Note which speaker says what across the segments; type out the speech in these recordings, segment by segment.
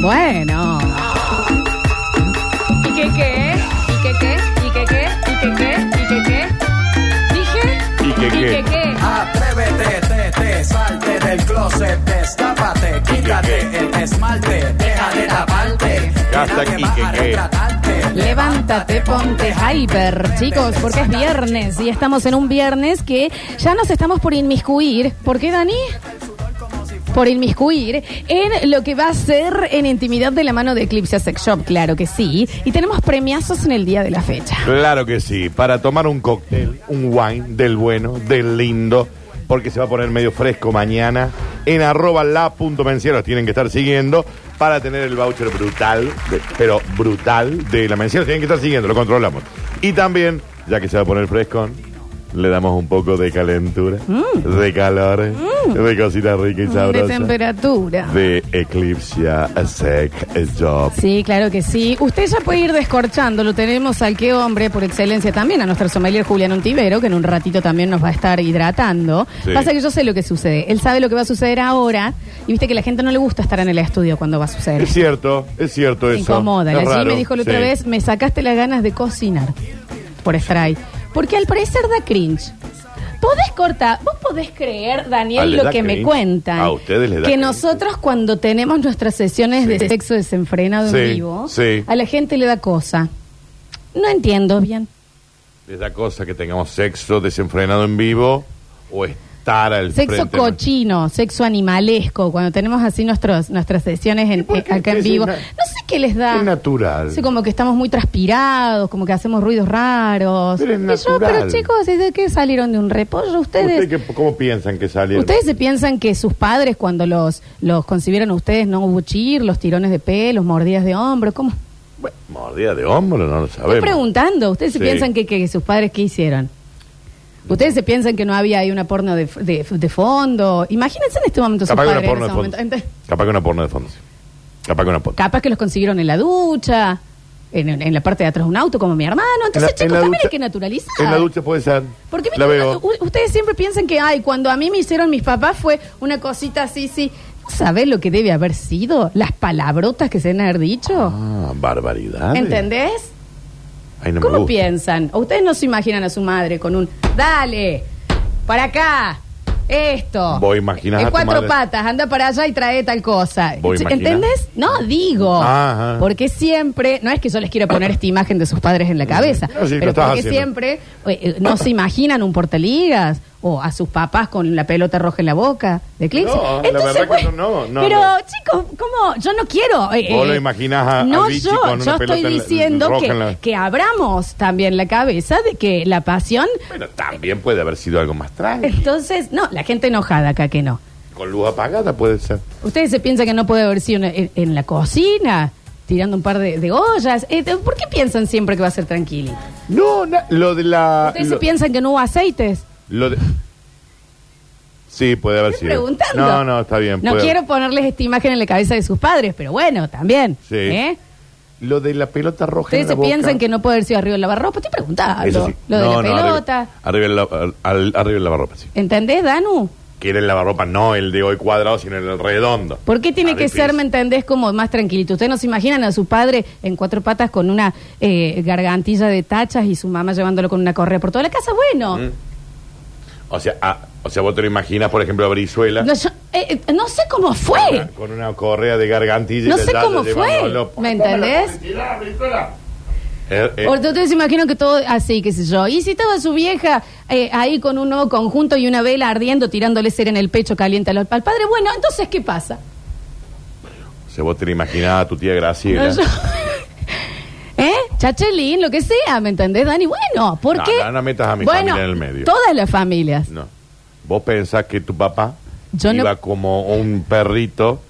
Speaker 1: Bueno. ¿Y qué qué? ¿Y qué qué? ¿Y qué qué? ¿Y qué qué? ¿Y qué qué? ¿Dije?
Speaker 2: ¿Y qué qué?
Speaker 1: ¿Y qué qué?
Speaker 3: Atrévete, te, te, salte del closet, destápate, quítate el esmalte, deja de taparte.
Speaker 2: Ya está
Speaker 3: nadie
Speaker 2: aquí,
Speaker 3: va
Speaker 2: que
Speaker 3: a
Speaker 2: qué.
Speaker 3: retratarte.
Speaker 1: Levántate, ponte hyper, chicos, porque es viernes y estamos en un viernes que ya nos estamos por inmiscuir. ¿Por qué, Dani? Por inmiscuir en lo que va a ser en intimidad de la mano de Eclipse Sex Shop, claro que sí. Y tenemos premiazos en el día de la fecha.
Speaker 2: Claro que sí, para tomar un cóctel, un wine del bueno, del lindo, porque se va a poner medio fresco mañana, en arroba la punto mencieros tienen que estar siguiendo para tener el voucher brutal, de- pero brutal de la mencieros, tienen que estar siguiendo, lo controlamos. Y también, ya que se va a poner fresco, le damos un poco de calentura, de calor, de cositas ricas y
Speaker 1: Mm. De
Speaker 2: sabrosas.
Speaker 1: temperatura.
Speaker 2: De Eclipsia Sec Job.
Speaker 1: Sí, claro que sí. Usted ya puede ir descorchando. Lo tenemos al que hombre por excelencia también, a nuestro sommelier Julián Ontivero, que en un ratito también nos va a estar hidratando.
Speaker 2: Sí.
Speaker 1: Pasa que yo sé lo que sucede. Él sabe lo que va a suceder ahora. Y viste que a la gente no le gusta estar en el estudio cuando va a suceder.
Speaker 2: Es cierto, es cierto
Speaker 1: Me
Speaker 2: eso.
Speaker 1: incomoda.
Speaker 2: Es
Speaker 1: La G
Speaker 2: raro,
Speaker 1: me dijo la otra
Speaker 2: sí.
Speaker 1: vez, me sacaste las ganas de cocinar por estar ahí. Porque al parecer da cringe. Podés cortar, vos podés creer,
Speaker 2: Ah,
Speaker 1: Daniel,
Speaker 2: ¿les
Speaker 1: lo
Speaker 2: da
Speaker 1: que me
Speaker 2: cringe?
Speaker 1: cuentan.
Speaker 2: A ustedes les da
Speaker 1: Que
Speaker 2: cringe.
Speaker 1: nosotros cuando tenemos nuestras sesiones de
Speaker 2: Sí.
Speaker 1: sexo desenfrenado en
Speaker 2: Sí,
Speaker 1: vivo,
Speaker 2: sí.
Speaker 1: a la gente le da cosa. No entiendo bien.
Speaker 2: ¿Les da cosa que tengamos sexo desenfrenado en vivo o estar al
Speaker 1: Sexo
Speaker 2: frente?
Speaker 1: cochino, sexo animalesco, cuando tenemos así nuestros, nuestras sesiones en-
Speaker 2: por
Speaker 1: eh,
Speaker 2: qué
Speaker 1: acá en
Speaker 2: es
Speaker 1: vivo.
Speaker 2: na-
Speaker 1: No sé qué les da.
Speaker 2: Es natural.
Speaker 1: Sí, como que estamos muy transpirados, como que hacemos ruidos raros.
Speaker 2: Pero es
Speaker 1: Y yo,
Speaker 2: natural.
Speaker 1: pero chicos, ¿y ¿de qué salieron de un repollo ustedes?
Speaker 2: ¿Ustedes qué- ¿Cómo piensan que salieron?
Speaker 1: ¿Ustedes se piensan que sus padres cuando los, los concibieron a ustedes no hubo chir, los tirones de pelos, mordidas de hombro? ¿Cómo?
Speaker 2: Bueno, mordida de hombro, no lo
Speaker 1: Estoy
Speaker 2: sabemos.
Speaker 1: preguntando, ¿ustedes se
Speaker 2: Sí.
Speaker 1: piensan que, que sus padres qué hicieron? ¿Ustedes se piensan que no había ahí una porno de, de- de fondo? Imagínense en este momento sus
Speaker 2: Capaz que
Speaker 1: padres
Speaker 2: una
Speaker 1: en
Speaker 2: porno de
Speaker 1: ese
Speaker 2: fondo.
Speaker 1: momento. Ent-
Speaker 2: Capaz que una porno de fondo. sí. Capaz que una porno.
Speaker 1: Capaz que los consiguieron en la ducha, en, en- en la parte de atrás de un auto como mi hermano. Entonces,
Speaker 2: En la- en
Speaker 1: chicos,
Speaker 2: la
Speaker 1: también
Speaker 2: ducha-
Speaker 1: hay que naturalizar.
Speaker 2: En la ducha puede ser.
Speaker 1: Porque
Speaker 2: la
Speaker 1: viste,
Speaker 2: veo.
Speaker 1: cuando- u- ustedes siempre piensan que, ay, cuando a mí me hicieron mis papás fue una cosita así, sí. ¿Sabés lo que debe haber sido? Las palabrotas que se han haber dicho.
Speaker 2: Ah, barbaridad.
Speaker 1: ¿Entendés?
Speaker 2: Ay, no me
Speaker 1: ¿Cómo
Speaker 2: gusta.
Speaker 1: piensan? ¿O ustedes no se imaginan a su madre con un, dale, para acá, esto.
Speaker 2: Vos imaginás
Speaker 1: eh,
Speaker 2: a tu
Speaker 1: cuatro
Speaker 2: madre.
Speaker 1: patas, anda para allá y trae tal cosa.
Speaker 2: Vos
Speaker 1: Ent-
Speaker 2: imaginás.
Speaker 1: ¿Entendés? No, digo.
Speaker 2: Ajá.
Speaker 1: Porque siempre, no es que yo les quiera poner esta imagen de sus padres en la cabeza,
Speaker 2: No, sí, lo
Speaker 1: pero
Speaker 2: estás
Speaker 1: porque
Speaker 2: haciendo.
Speaker 1: siempre eh, eh, no se imaginan un portaligas o a sus papás con la pelota roja en la boca de Eclipse.
Speaker 2: No, la verdad que eso no, no,
Speaker 1: pero
Speaker 2: no.
Speaker 1: chicos, ¿cómo? Yo no quiero. eh,
Speaker 2: Vos
Speaker 1: eh,
Speaker 2: lo imaginás a- a
Speaker 1: No,
Speaker 2: Vichy
Speaker 1: yo,
Speaker 2: con una
Speaker 1: yo
Speaker 2: pelota
Speaker 1: estoy
Speaker 2: en la-
Speaker 1: diciendo
Speaker 2: roja
Speaker 1: que,
Speaker 2: en la-
Speaker 1: que abramos también la cabeza de que la pasión.
Speaker 2: Bueno, también puede haber sido algo más tranquilo.
Speaker 1: Entonces, no, la gente enojada acá que no.
Speaker 2: Con luz apagada puede ser.
Speaker 1: Ustedes se piensan que no puede haber sido en, en la cocina, tirando un par de, de ollas. Eh, de- ¿Por qué piensan siempre que va a ser tranquilo?
Speaker 2: No, na- lo de la.
Speaker 1: ¿Ustedes se
Speaker 2: Ah, lo-
Speaker 1: piensan que no hubo aceites?
Speaker 2: Lo de- Sí, puede haber
Speaker 1: Estoy
Speaker 2: sido.
Speaker 1: preguntando.
Speaker 2: No, no, está bien.
Speaker 1: No
Speaker 2: puede-
Speaker 1: quiero ponerles esta imagen en la cabeza de sus padres, pero bueno, también.
Speaker 2: Sí.
Speaker 1: ¿eh?
Speaker 2: Lo de la pelota roja.
Speaker 1: Ustedes
Speaker 2: en la
Speaker 1: se
Speaker 2: boca.
Speaker 1: piensan que no puede haber sido arriba del lavarropa. Estoy preguntando.
Speaker 2: Eso sí.
Speaker 1: Lo
Speaker 2: No,
Speaker 1: de
Speaker 2: no,
Speaker 1: la
Speaker 2: arriba-
Speaker 1: pelota.
Speaker 2: Arriba, el la- al- arriba el lavarropa, sí.
Speaker 1: ¿Entendés, Danu?
Speaker 2: Que era el lavarropa, no el de hoy cuadrado, sino el redondo.
Speaker 1: ¿Por qué tiene
Speaker 2: Ah,
Speaker 1: que
Speaker 2: difícil.
Speaker 1: ser, me entendés, como más tranquilito? Ustedes no se imaginan a su padre en cuatro patas con una eh, gargantilla de tachas y su mamá llevándolo con una correa por toda la casa. Bueno,
Speaker 2: Mm. O sea, ah, o sea, vos te lo imaginas, por ejemplo, a Brizuela.
Speaker 1: no, yo- eh, eh, no sé cómo
Speaker 2: Con
Speaker 1: fue.
Speaker 2: una, con una correa de gargantilla. y
Speaker 1: No
Speaker 2: la
Speaker 1: sé
Speaker 2: yaya
Speaker 1: cómo fue,
Speaker 2: llevándolo.
Speaker 1: ¿me entendés?
Speaker 2: Tirá, Brizuela. Eh, eh,
Speaker 1: O ustedes se imaginan que todo así, qué sé yo. Y si estaba su vieja eh, ahí con un nuevo conjunto y una vela ardiendo, tirándole cera en el pecho caliente al, al padre, bueno, entonces, ¿qué pasa?
Speaker 2: o sea, vos te lo imaginás a tu tía Graciela.
Speaker 1: No, yo- ¿Eh? Chachelín, lo que sea, ¿me entendés, Dani? Bueno, ¿por
Speaker 2: No,
Speaker 1: qué?
Speaker 2: no, no metas a mi
Speaker 1: Bueno,
Speaker 2: familia en el medio.
Speaker 1: Todas las familias.
Speaker 2: No. Vos pensás que tu papá
Speaker 1: Yo no-
Speaker 2: iba como un perrito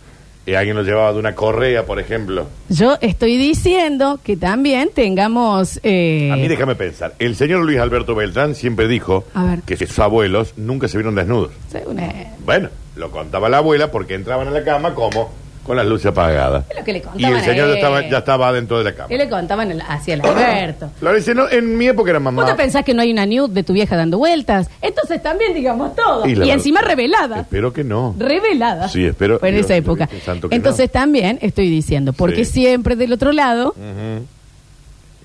Speaker 2: y alguien lo llevaba de una correa, por ejemplo.
Speaker 1: Yo estoy diciendo que también tengamos. eh,
Speaker 2: A mí déjame pensar. El señor Luis Alberto Beltrán siempre dijo
Speaker 1: A ver.
Speaker 2: que sus abuelos nunca se vieron desnudos.
Speaker 1: una-
Speaker 2: Bueno, lo contaba la abuela porque entraban a la cama como con las luces apagadas.
Speaker 1: Es lo que le
Speaker 2: Y el
Speaker 1: contaban a
Speaker 2: señor ya
Speaker 1: él.
Speaker 2: estaba, ya estaba dentro de la cama.
Speaker 1: ¿Qué le contaban el- hacia el Alberto?
Speaker 2: Florencia, no, en mi época era mamá.
Speaker 1: ¿Vos te pensás que no hay una nude de tu vieja dando vueltas? Entonces también digamos todo. Y,
Speaker 2: la verdad-
Speaker 1: encima revelada.
Speaker 2: Espero que no.
Speaker 1: Revelada.
Speaker 2: Sí, espero-
Speaker 1: Fue en
Speaker 2: Dios,
Speaker 1: esa
Speaker 2: la
Speaker 1: época.
Speaker 2: Virgen Santo que
Speaker 1: Entonces también estoy diciendo, porque
Speaker 2: Sí. Mm.
Speaker 1: siempre del otro lado.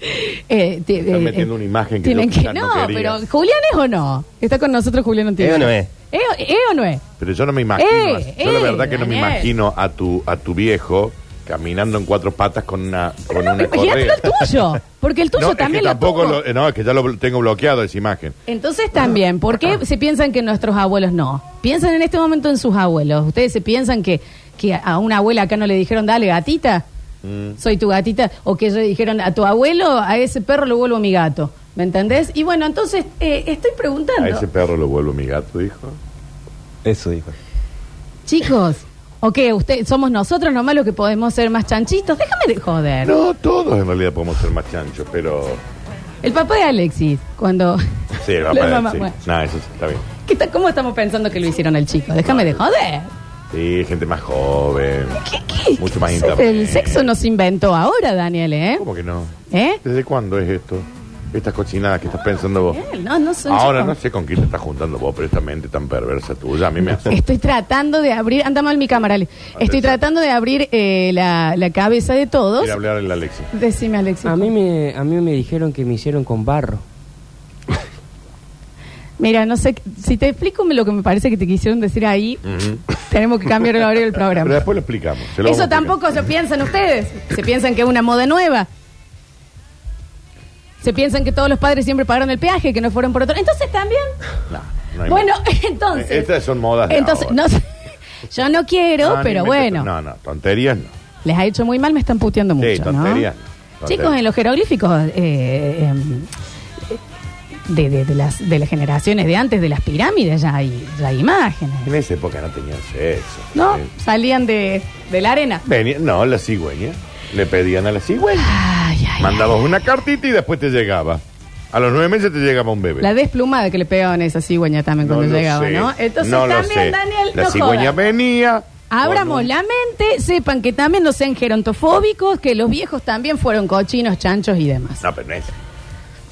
Speaker 1: eh, ti-
Speaker 2: Están
Speaker 1: eh,
Speaker 2: metiendo
Speaker 1: eh,
Speaker 2: una imagen que
Speaker 1: tienen
Speaker 2: yo
Speaker 1: que.
Speaker 2: quizás no
Speaker 1: No,
Speaker 2: quería.
Speaker 1: pero Julián es o no. Está con nosotros Julián Antiguo.
Speaker 4: ¿Eh o no es?
Speaker 1: ¿Eh, o- eh o no es?
Speaker 2: Pero yo no me imagino.
Speaker 1: Eh,
Speaker 2: yo la
Speaker 1: eh,
Speaker 2: verdad que no me
Speaker 1: Daniel.
Speaker 2: imagino a tu, a tu viejo caminando en cuatro patas con una, con
Speaker 1: No,
Speaker 2: una
Speaker 1: imagínatelo
Speaker 2: correa.
Speaker 1: el tuyo. Porque el tuyo
Speaker 2: No, es que
Speaker 1: también lo
Speaker 2: tampoco
Speaker 1: tuvo.
Speaker 2: lo- eh, No, es que ya lo blo- tengo bloqueado esa imagen.
Speaker 1: Entonces también, ¿por qué se piensan que nuestros abuelos no? Piensan en este momento en sus abuelos. Ustedes se piensan que, que a una abuela acá no le dijeron, dale gatita,
Speaker 2: Mm.
Speaker 1: soy tu gatita, o que le dijeron, a tu abuelo, a ese perro lo vuelvo mi gato. ¿Me entendés? Y bueno, entonces eh, estoy
Speaker 2: A
Speaker 1: preguntando,
Speaker 2: ese perro lo vuelvo mi gato, dijo.
Speaker 4: Eso dijo.
Speaker 1: chicos, ¿o qué? Usted, ¿Somos nosotros nomás los que podemos ser más chanchitos? Déjame de joder.
Speaker 2: No, todos en realidad podemos ser más chanchos, pero.
Speaker 1: El papá de Alexis, cuando...
Speaker 2: Sí, el
Speaker 1: la
Speaker 2: papá de-
Speaker 1: mamá-
Speaker 2: sí.
Speaker 1: bueno,
Speaker 2: No, eso sí, está bien.
Speaker 1: ¿qué tal- ¿Cómo estamos pensando que lo hicieron al chico? Déjame de joder.
Speaker 2: Sí, gente más joven.
Speaker 1: ¿Qué, qué?
Speaker 2: Mucho más
Speaker 1: Sí,
Speaker 2: internet.
Speaker 1: El sexo no se inventó ahora, Daniel, ¿eh?
Speaker 2: ¿Cómo que no?
Speaker 1: ¿Eh?
Speaker 2: ¿Desde cuándo es esto? Estas cochinadas que estás pensando vos.
Speaker 1: Daniel, No, no son
Speaker 2: Ahora
Speaker 1: chicos.
Speaker 2: no sé con quién te estás juntando vos, pero esta mente tan perversa tuya a mí me hace.
Speaker 1: Estoy tratando de abrir, anda mal mi cámara, Ale. Estoy tratando de abrir eh, la, la cabeza de todos.
Speaker 2: Quiero hablar en la Alexis.
Speaker 1: Decime, Alexis.
Speaker 5: A mí, me, a mí me dijeron que me hicieron con barro.
Speaker 1: Mira, no sé, si te explico lo que me parece que te quisieron decir ahí,
Speaker 2: Mm.
Speaker 1: tenemos que cambiar el horario del
Speaker 2: Pero
Speaker 1: programa.
Speaker 2: después lo explicamos. se lo vamos
Speaker 1: Eso
Speaker 2: a explicar.
Speaker 1: tampoco se piensan ustedes. Se piensan que es una moda nueva. Se piensan que todos los padres siempre pagaron el peaje, que no fueron por otro. Entonces también
Speaker 2: No, no hay
Speaker 1: Bueno,
Speaker 2: más.
Speaker 1: entonces.
Speaker 2: Eh, Estas son modas. de
Speaker 1: Entonces,
Speaker 2: ahora.
Speaker 1: no sé. yo no quiero,
Speaker 2: No,
Speaker 1: pero
Speaker 2: ni me-
Speaker 1: bueno.
Speaker 2: No, no, tonterías no.
Speaker 1: Les ha hecho muy mal, me están puteando mucho.
Speaker 2: Sí, tonterías.
Speaker 1: ¿no?
Speaker 2: Tonterías.
Speaker 1: Chicos, en los jeroglíficos eh, em, de, de- de las, de las generaciones de antes, de las pirámides, ya hay, ya hay imágenes.
Speaker 2: En esa época no tenían sexo.
Speaker 1: ¿No?
Speaker 2: Eh,
Speaker 1: Salían de, de la arena.
Speaker 2: venía- no, la cigüeña. Le pedían a la cigüeña.
Speaker 1: Ay, ay, ay.
Speaker 2: Mandabas una cartita y después te llegaba. A los nueve meses te llegaba un bebé.
Speaker 1: La desplumada que le pegaban a esa cigüeña también
Speaker 2: No
Speaker 1: cuando
Speaker 2: lo
Speaker 1: llegaba,
Speaker 2: sé.
Speaker 1: ¿no? Entonces
Speaker 2: No lo
Speaker 1: también,
Speaker 2: sé.
Speaker 1: Daniel,
Speaker 2: La
Speaker 1: no
Speaker 2: cigüeña
Speaker 1: jodas.
Speaker 2: venía.
Speaker 1: Abramos
Speaker 2: con un-
Speaker 1: la mente, sepan que también no sean gerontofóbicos, que los viejos también fueron cochinos, chanchos y demás.
Speaker 2: No, pero no es.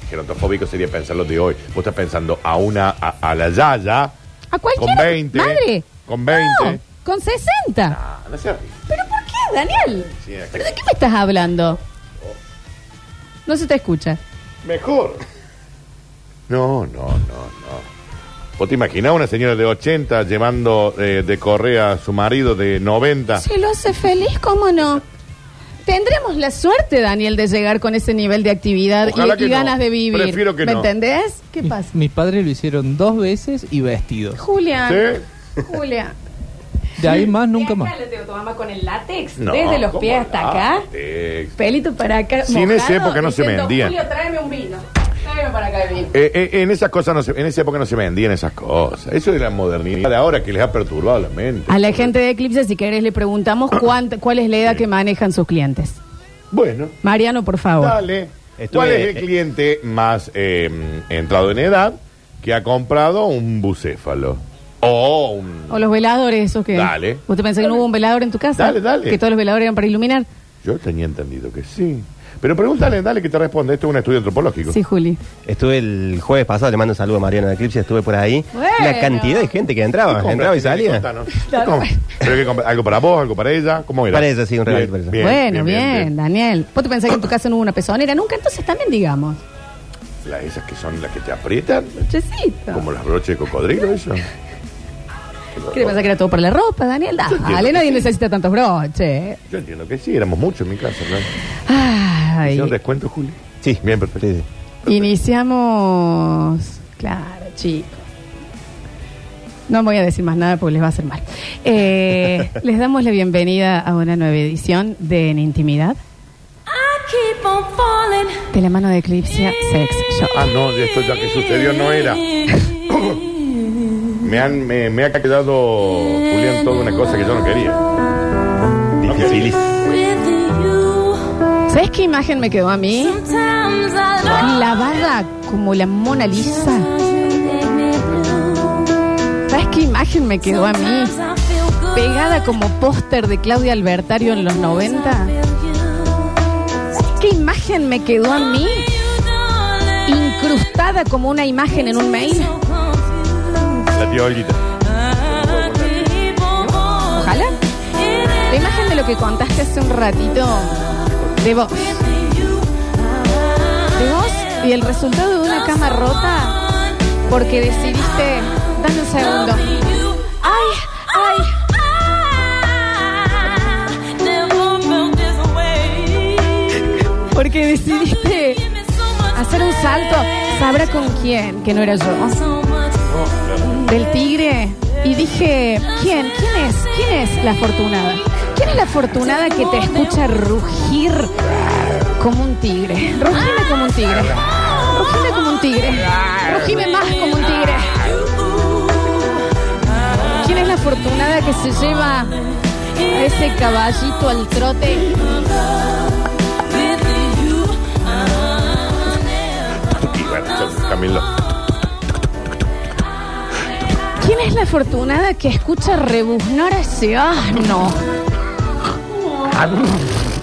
Speaker 2: Gerontofóbico sería pensar los de hoy. Vos estás pensando a una, a, a la
Speaker 1: Ah.
Speaker 2: Yaya.
Speaker 1: A cualquier
Speaker 2: Con 20.
Speaker 1: madre.
Speaker 2: Con 20.
Speaker 1: No, con 60.
Speaker 2: Ah, no seas ridículo.
Speaker 1: ¿Pero por qué, Daniel?
Speaker 2: Sí, acá.
Speaker 1: ¿Pero de qué me estás hablando? No se te escucha.
Speaker 2: Mejor. No, no, no, no. ¿Vos te imaginás una señora de 80 llevando eh, de correa a su marido de 90?
Speaker 1: Si lo hace feliz, ¿cómo no? Tendremos la suerte, Daniel, de llegar con ese nivel de actividad y,
Speaker 2: Ojalá que
Speaker 1: y
Speaker 2: no.
Speaker 1: ganas de vivir.
Speaker 2: Prefiero que
Speaker 1: ¿Me
Speaker 2: no.
Speaker 1: entendés? ¿Qué
Speaker 4: Mis-
Speaker 1: pasa?
Speaker 4: Mis padres lo hicieron dos veces y vestidos.
Speaker 1: Julián.
Speaker 2: Sí.
Speaker 1: Julián.
Speaker 4: De ahí más, nunca
Speaker 1: De acá
Speaker 4: más.
Speaker 1: lo tengo tu mamá con el látex,
Speaker 2: No,
Speaker 1: desde los
Speaker 2: ¿cómo Eh,
Speaker 1: pies hasta acá.
Speaker 2: látex?
Speaker 1: Pelito para acá.
Speaker 2: Sí, en esa
Speaker 1: mojado,
Speaker 2: época no se
Speaker 1: diciendo,
Speaker 2: vendían.
Speaker 1: Julio, tráeme un vino. Tráeme para acá el vino.
Speaker 2: Eh, eh, en esas cosas no se- en esa época no se vendían esas cosas. Eso de la modernidad de ahora que les ha perturbado la mente.
Speaker 1: A la gente de Eclipse, si querés, le preguntamos cuánta- cuál es la edad que manejan sus clientes.
Speaker 2: Bueno,
Speaker 1: Mariano, por favor.
Speaker 2: dale.
Speaker 4: Estuve-
Speaker 2: ¿Cuál
Speaker 1: eh,
Speaker 2: es el cliente más eh, entrado en edad que ha comprado un bucéfalo? O un...
Speaker 1: O los veladores, esos que.
Speaker 2: Dale.
Speaker 1: ¿Vos te pensás que no hubo un velador en tu casa?
Speaker 2: Dale, dale.
Speaker 1: Que todos los veladores eran para iluminar.
Speaker 2: Yo tenía entendido que sí. Pero pregúntale, dale que te responde. Esto es un estudio antropológico.
Speaker 1: Sí, Juli.
Speaker 4: Estuve el jueves pasado, le mando un saludo a Mariano de Eclipse, estuve por ahí.
Speaker 1: Bueno.
Speaker 4: La cantidad de gente que entraba,
Speaker 2: ¿Qué
Speaker 4: entraba
Speaker 2: compraste?
Speaker 4: y salía.
Speaker 2: Contanos. ¿Qué comp- ¿Pero qué comp- ¿Algo para vos, algo para ella? ¿Cómo era?
Speaker 4: Para ella, sí, un regalo para ella.
Speaker 1: bueno, bien, Daniel. ¿Vos te pensás que en tu casa no hubo una pezonera nunca? Entonces también digamos.
Speaker 2: La- esas que son las que te aprietan,
Speaker 1: Checito.
Speaker 2: como las broches de cocodrilo, eso.
Speaker 1: ¿Qué te pensás que era todo para la ropa, Daniel?
Speaker 2: entiendo
Speaker 1: Dale,
Speaker 2: que
Speaker 1: nadie
Speaker 2: sí.
Speaker 1: necesita tantos broches.
Speaker 2: Yo entiendo que sí, éramos muchos en mi casa, ¿no?
Speaker 1: Ay.
Speaker 2: ¿Hicieron descuento, Juli?
Speaker 4: Sí.
Speaker 2: Bien, perfecto.
Speaker 4: Sí, sí.
Speaker 1: Iniciamos. Claro, chicos. No voy a decir más nada porque les va a hacer mal. Eh, les damos la bienvenida a una nueva edición de En Intimidad, de la mano de Eclipse Sex Shop.
Speaker 2: Ah, no, esto ya que sucedió no era. me, han, me, me ha quedado, Julián, toda una cosa que yo no quería.
Speaker 4: Difícilis.
Speaker 1: ¿Sabes qué imagen me quedó a mí? Lavada como la Mona Lisa. ¿Sabes qué imagen me quedó a mí? pegada como póster de Claudia Albertario en los 90. ¿Qué imagen me quedó a mí? Incrustada como una imagen en un mail.
Speaker 2: La tía Olguita.
Speaker 1: Ojalá. La imagen de lo que contaste hace un ratito de vos. De vos y el resultado de una cama rota porque decidiste. Dame un segundo. ¡Ay! ¡Ay! Porque decidiste hacer un salto. Sabrá con quién, que no era yo. del tigre y dije, ¿quién? ¿Quién es? ¿Quién es la afortunada? ¿Quién es la afortunada que te escucha rugir como un tigre? Rugime como un tigre. Rugime como un tigre. Rugime más como un tigre. ¿Quién es la afortunada que se lleva a ese caballito al trote?
Speaker 2: Y bueno, Camilo.
Speaker 1: ¿Quién es la afortunada que escucha rebuznar a ese asno?
Speaker 2: Ah,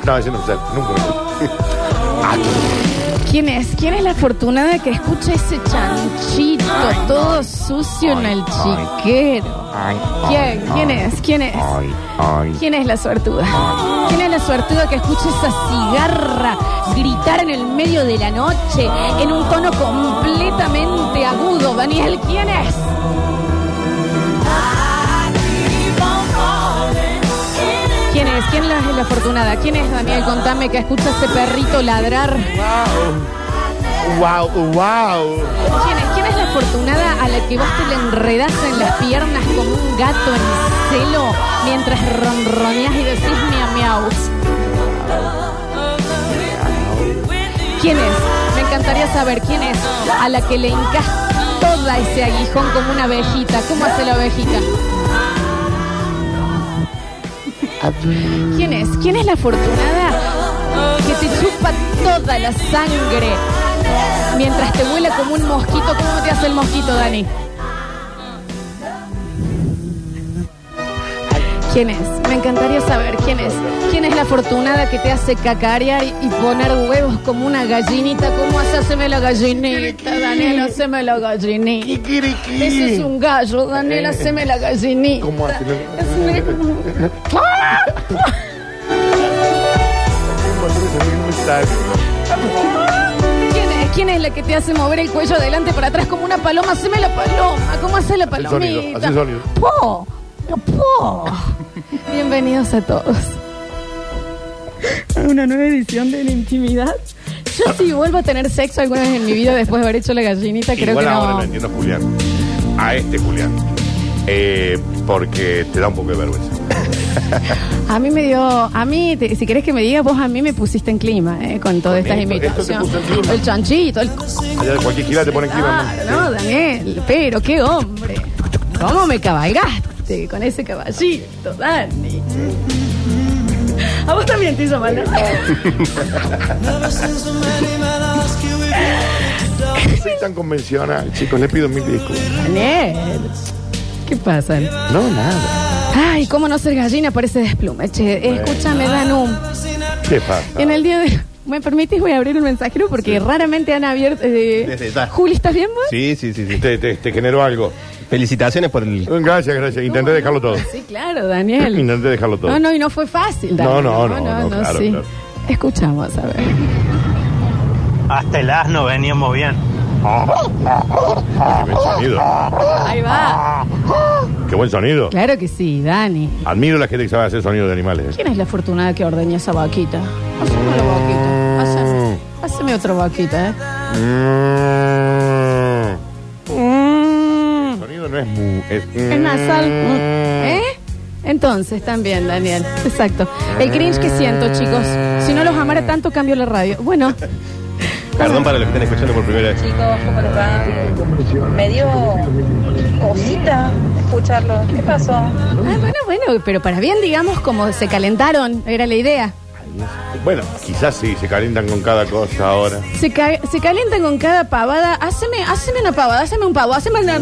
Speaker 2: No, ese no es él. Nunca.
Speaker 1: ¿Quién es? ¿Quién es la afortunada que escucha ese chanchito todo sucio en el chiquero? ¿Quién? ¿Quién es? ¿Quién es? ¿Quién es la suertuda? ¿Quién es la suertuda que escucha esa cigarra gritar en el medio de la noche en un tono completamente agudo? Daniel, ¿quién es? ¿Quién es? ¿Quién la- es la afortunada? ¿Quién es, Daniel? Contame que escucha ese perrito ladrar.
Speaker 2: Wow, wow.
Speaker 1: ¿Quién es? ¿Quién es la afortunada a la que vos te le enredás en las piernas como un gato en celo mientras ronroneás y decís miau miau? ¿Quién es? Me encantaría saber quién es a la que le hincas toda ese aguijón como una abejita. ¿Cómo hace la abejita? ¿Quién es? ¿Quién es la afortunada que te chupa toda la sangre mientras te vuela como un mosquito? ¿Cómo te hace el mosquito, Dani? ¿Quién es? Me encantaría saber quién es. ¿Quién es la afortunada que te hace cacarear y poner huevos como una gallinita? ¿Cómo hace? Haceme la gallinita, Daniel, haceme la gallinita.
Speaker 2: Kikiriki.
Speaker 1: Ese es un gallo, Daniel, haceme la gallinita.
Speaker 2: ¿Cómo hace?
Speaker 1: Haceme como- ¿Quién es? ¿Quién es la que te hace mover el cuello adelante para atrás como una paloma? Haceme la paloma. ¿Cómo hace la
Speaker 2: el
Speaker 1: palomita?
Speaker 2: sonido, hace el sonido.
Speaker 1: ¡Po! ¡Po! Bienvenidos a todos. A Una nueva edición de la intimidad. Yo si vuelvo a tener sexo alguna vez en mi vida después de haber hecho la gallinita, creo
Speaker 2: Igual
Speaker 1: que
Speaker 2: ahora
Speaker 1: no.
Speaker 2: lo entiendo, Julián. A este Julián. Eh, porque te da un poco de vergüenza.
Speaker 1: A mí me dio, a mí, te- si querés que me digas, vos a mí me pusiste en clima, eh, con todas
Speaker 2: Con
Speaker 1: estas
Speaker 2: esto, esto te
Speaker 1: imitaciones.
Speaker 2: puso en clima.
Speaker 1: El chanchito, el
Speaker 2: Allá de cualquier gira te ponen clima.
Speaker 1: Claro, no, Daniel, pero qué hombre. ¿Cómo me cabalgaste con ese caballito, Dani? A vos también te hizo mal, ¿no?
Speaker 2: Soy tan convencional, chicos, les pido mil disculpas.
Speaker 1: Daniel. ¿Qué pasa?
Speaker 2: No, nada.
Speaker 1: Ay, cómo no ser gallina parece despluma. Che, Eh, escúchame, Danum.
Speaker 2: ¿Qué pasa?
Speaker 1: En el día de. ¿Me permitís? Voy a abrir un mensajero porque raramente han abierto. eh,
Speaker 4: Desde ya.
Speaker 1: Juli, ¿estás bien vos?
Speaker 4: Sí, sí, sí, sí.
Speaker 2: Te, te, te generó algo.
Speaker 4: Felicitaciones por el.
Speaker 2: Gracias, gracias. Intenté dejarlo todo.
Speaker 1: Sí, claro, Daniel.
Speaker 2: Intenté dejarlo todo.
Speaker 1: No, no, y no fue fácil, Daniel.
Speaker 2: No, no, no, no, claro,
Speaker 1: sí.
Speaker 2: claro.
Speaker 1: Escuchamos, a ver.
Speaker 6: Hasta el asno veníamos bien.
Speaker 2: Qué buen sonido.
Speaker 1: Ahí va.
Speaker 2: Qué buen sonido.
Speaker 1: Claro que sí, Dani.
Speaker 2: Admiro a la gente que sabe hacer sonido de animales.
Speaker 1: ¿Quién es la afortunada que ordeña esa vaquita? Haceme la vaquita. Haceme, haceme otra vaquita, ¿eh? Mm.
Speaker 2: El sonido no es mu. Es,
Speaker 1: Es nasal. ¿Eh? Entonces, también, Daniel. Exacto. El cringe que siento, chicos. Si no los amara tanto, cambio la radio. Bueno,
Speaker 4: Perdón para los que están escuchando por primera vez.
Speaker 7: Chicos, ¿cómo les va? Me dio cosita escucharlo. ¿Qué pasó?
Speaker 1: ah, bueno, bueno, pero para bien, digamos, como se calentaron, era la idea.
Speaker 2: Bueno, quizás sí, se calientan con cada cosa ahora.
Speaker 1: Se, ca- se calientan con cada pavada. Haceme, haceme una pavada, haceme un pavo, haceme una...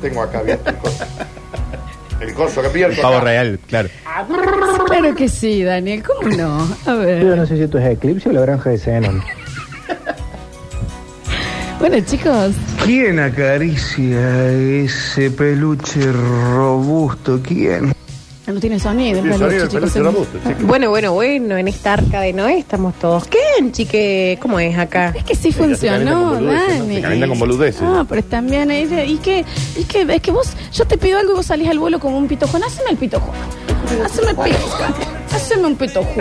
Speaker 2: tengo acá abierto el coso. El coso que
Speaker 4: El
Speaker 2: abierto.
Speaker 4: pavo
Speaker 2: acá.
Speaker 4: real, claro.
Speaker 1: Claro que sí, Daniel, ¿cómo no? A ver.
Speaker 8: no sé si esto es Eclipse o la granja de Zenon.
Speaker 1: Bueno, chicos,
Speaker 9: ¿Quién acaricia ese peluche robusto? ¿Quién?
Speaker 1: no tiene sonido.
Speaker 2: Sí,
Speaker 1: el
Speaker 2: el sonido del
Speaker 1: peluche, chicos,
Speaker 2: peluche
Speaker 1: es-
Speaker 2: robusto, chicos.
Speaker 10: Bueno, bueno, bueno, en esta arca de Noé estamos todos. ¿Qué, chique? ¿Cómo es acá?
Speaker 1: Es que sí
Speaker 2: Se calienta
Speaker 1: funcionó,
Speaker 2: con boludeces, ¿no?
Speaker 1: Dani.
Speaker 2: Se calienta con boludeces.
Speaker 1: Ah, pero también es de- y que, y que, es que vos, yo te pido algo y vos salís al vuelo como un pitojón. Haceme el pitojón. Hazme el pitojón. Haceme un pitojón.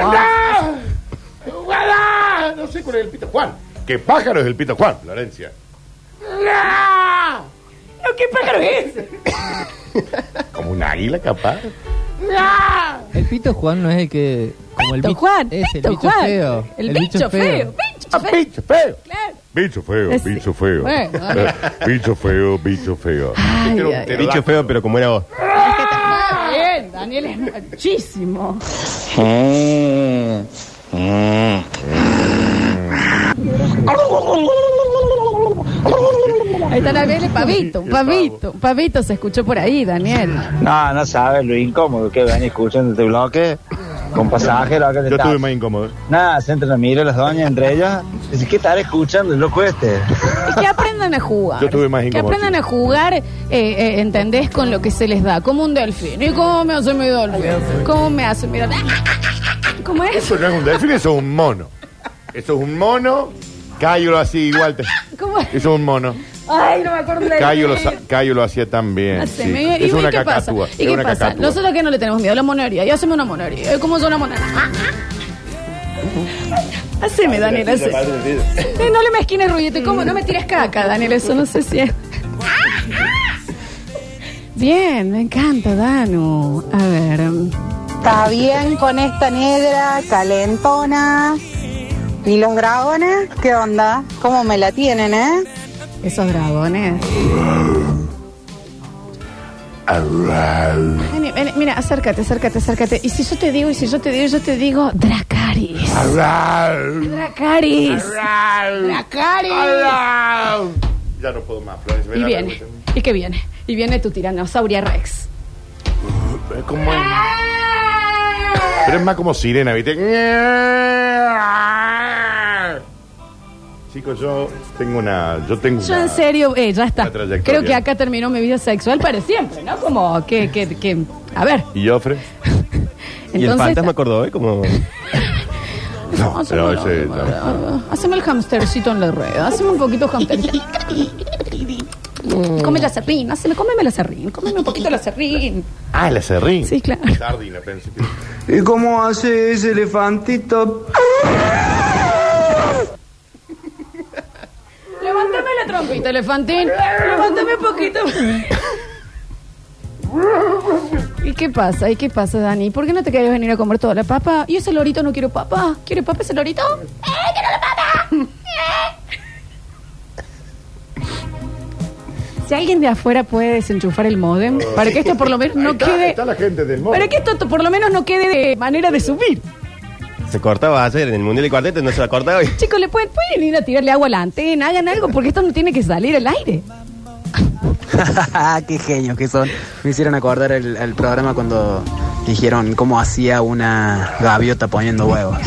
Speaker 2: ¡Guarda! No sé cuál es el pito Juan. ¿Qué pájaro es el pito Juan, Florencia?
Speaker 1: ¿Qué pájaro es?
Speaker 2: Como un águila, capaz.
Speaker 11: El pito Juan no es el que. Como el
Speaker 1: Pito
Speaker 11: bicho-
Speaker 1: Juan,
Speaker 11: es el
Speaker 1: Pito
Speaker 11: bicho
Speaker 1: Juan.
Speaker 11: feo.
Speaker 1: El, bicho feo. Bicho
Speaker 2: Ah,
Speaker 1: feo.
Speaker 2: bicho feo.
Speaker 1: Claro.
Speaker 2: Bicho feo,
Speaker 1: Ese.
Speaker 2: bicho feo.
Speaker 1: Bueno.
Speaker 2: Eh, bicho feo, bicho feo.
Speaker 1: Ay,
Speaker 2: Este era un
Speaker 1: ay, ay.
Speaker 2: pterodáctilo.
Speaker 4: Bicho feo, pero como era vos.
Speaker 1: Es que está bien, Daniel es muchísimo. Ahí está la vez el pavito, un pavito, un pavito se escuchó por ahí, Daniel.
Speaker 9: No, no sabes lo incómodo que ven escuchando este bloque con pasajeros acá
Speaker 2: Yo estuve más incómodo.
Speaker 9: Nada, se entran a mirar las doñas entre ellas. Dice, ¿qué estará escuchando el loco este?
Speaker 1: Es que aprendan a jugar.
Speaker 2: Yo estuve más
Speaker 1: que
Speaker 2: incómodo,
Speaker 1: aprendan
Speaker 2: sí.
Speaker 1: a jugar, eh, eh, ¿entendés? Con lo que se les da, como un delfín. ¿Y cómo me hace mi delfín? ¿Cómo me hace mi delfín? ¿Cómo es?
Speaker 2: Eso no es un delfín, eso es un mono. Eso es un mono. Cállalo así, igual. Te...
Speaker 1: ¿Cómo es?
Speaker 2: Eso es un mono.
Speaker 1: Ay, no me acuerdo de
Speaker 2: Cayo lo, sa- Cayo lo hacía también.
Speaker 1: Haceme-
Speaker 2: sí.
Speaker 1: ¿Y,
Speaker 2: Es
Speaker 1: y
Speaker 2: una
Speaker 1: qué pasa?
Speaker 2: cacatúa.
Speaker 1: ¿Y
Speaker 2: es
Speaker 1: qué
Speaker 2: una
Speaker 1: pasa?
Speaker 2: cacatúa.
Speaker 1: Nosotros que no le tenemos miedo a la monería. Y haceme una monería. ¿Cómo son una monería? Ah, Haceme, Daniel, haceme. Eh, no le mezquines ruidito. ¿Cómo? No me tires caca, Daniel. Eso no sé si es.
Speaker 2: Ah,
Speaker 1: Bien, me encanta, Danu. A ver.
Speaker 7: Está bien con esta negra calentona. ¿Y los dragones? ¿Qué onda? ¿Cómo me la tienen, eh?
Speaker 1: Esos dragones. Dani, ven, mira, acércate, acércate, acércate. Y si yo te digo, y si yo te digo, yo te digo, Dracaris. Dracaris. Dracaris.
Speaker 2: Ya no puedo más, Florencia.
Speaker 1: Y viene. ¿Y qué viene? Y viene tu tiranosauria Rex.
Speaker 2: Es como el- Pero es
Speaker 1: ¡Ah!
Speaker 2: más como sirena, ¿viste? Chicos, yo tengo una. Yo tengo
Speaker 1: Yo
Speaker 2: una-
Speaker 1: en serio, eh, ya está.
Speaker 2: La trayectoria.
Speaker 1: Creo que acá terminó mi vida sexual para siempre, ¿no? Como que, que, que. A ver.
Speaker 2: ¿Y Jofre?
Speaker 4: Y el fantasma
Speaker 1: no,
Speaker 4: cordobés, como.
Speaker 2: No,
Speaker 1: haceme
Speaker 2: pero
Speaker 1: lo-
Speaker 2: ese- no.
Speaker 1: Haceme el hamstercito en la rueda. Haceme un poquito hamstercito. Come la serrín, haceme, cómeme la serrín, cómeme un poquito la serrín.
Speaker 2: Ah, la serrín.
Speaker 1: Sí, claro.
Speaker 2: Sardina, pensé que-
Speaker 9: ¿Y cómo hace ese elefantito?
Speaker 1: Levántame la trompita, elefantín. Levántame un poquito. ¿Y qué pasa? ¿Y qué pasa, Dani? ¿Por qué no te querés venir a comer toda la papa? Y ese lorito no quiero papa. ¿Quiere papa ese lorito? ¡Eh, quiero la papa! ¡Eh! Si alguien de afuera puede desenchufar el modem, para que esto por lo menos
Speaker 2: Ahí
Speaker 1: no
Speaker 2: está,
Speaker 1: quede.
Speaker 2: Está la gente del
Speaker 1: Para
Speaker 2: móvil.
Speaker 1: que esto por lo menos no quede de manera de subir.
Speaker 4: Se cortaba ayer en el Mundial de Cuarteto, no se la cortaba hoy.
Speaker 1: Chicos, le pueden, pueden ir a tirarle agua a la antena, hagan algo, porque esto no tiene que salir al aire.
Speaker 8: Qué genios que son. Me hicieron acordar el, el programa cuando dijeron cómo hacía una gaviota poniendo huevos.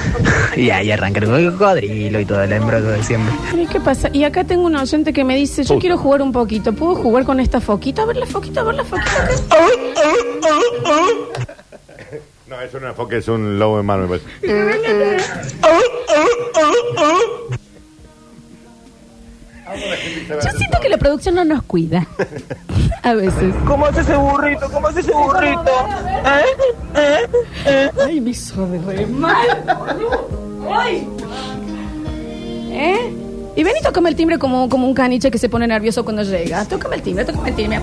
Speaker 8: y ahí arranca el cocodrilo y todo el embrollo de siempre.
Speaker 1: Ay, ¿Qué pasa? Y acá tengo un oyente que me dice, yo quiero jugar un poquito. ¿Puedo jugar con esta foquita? A ver la foquita, a ver la foquita. ¿qué?
Speaker 2: No, eso no es porque es un lobo en mano, me parece.
Speaker 1: Yo siento que la producción no nos cuida. A veces.
Speaker 9: ¿Cómo hace ese burrito? ¿Cómo hace ese burrito? ¿Eh?
Speaker 1: Ay, me hizo de re mal. boludo. Ay. ¿Eh? Y ven y tócame el timbre como, como un caniche que se pone nervioso cuando llega. Tócame el timbre, tócame el timbre.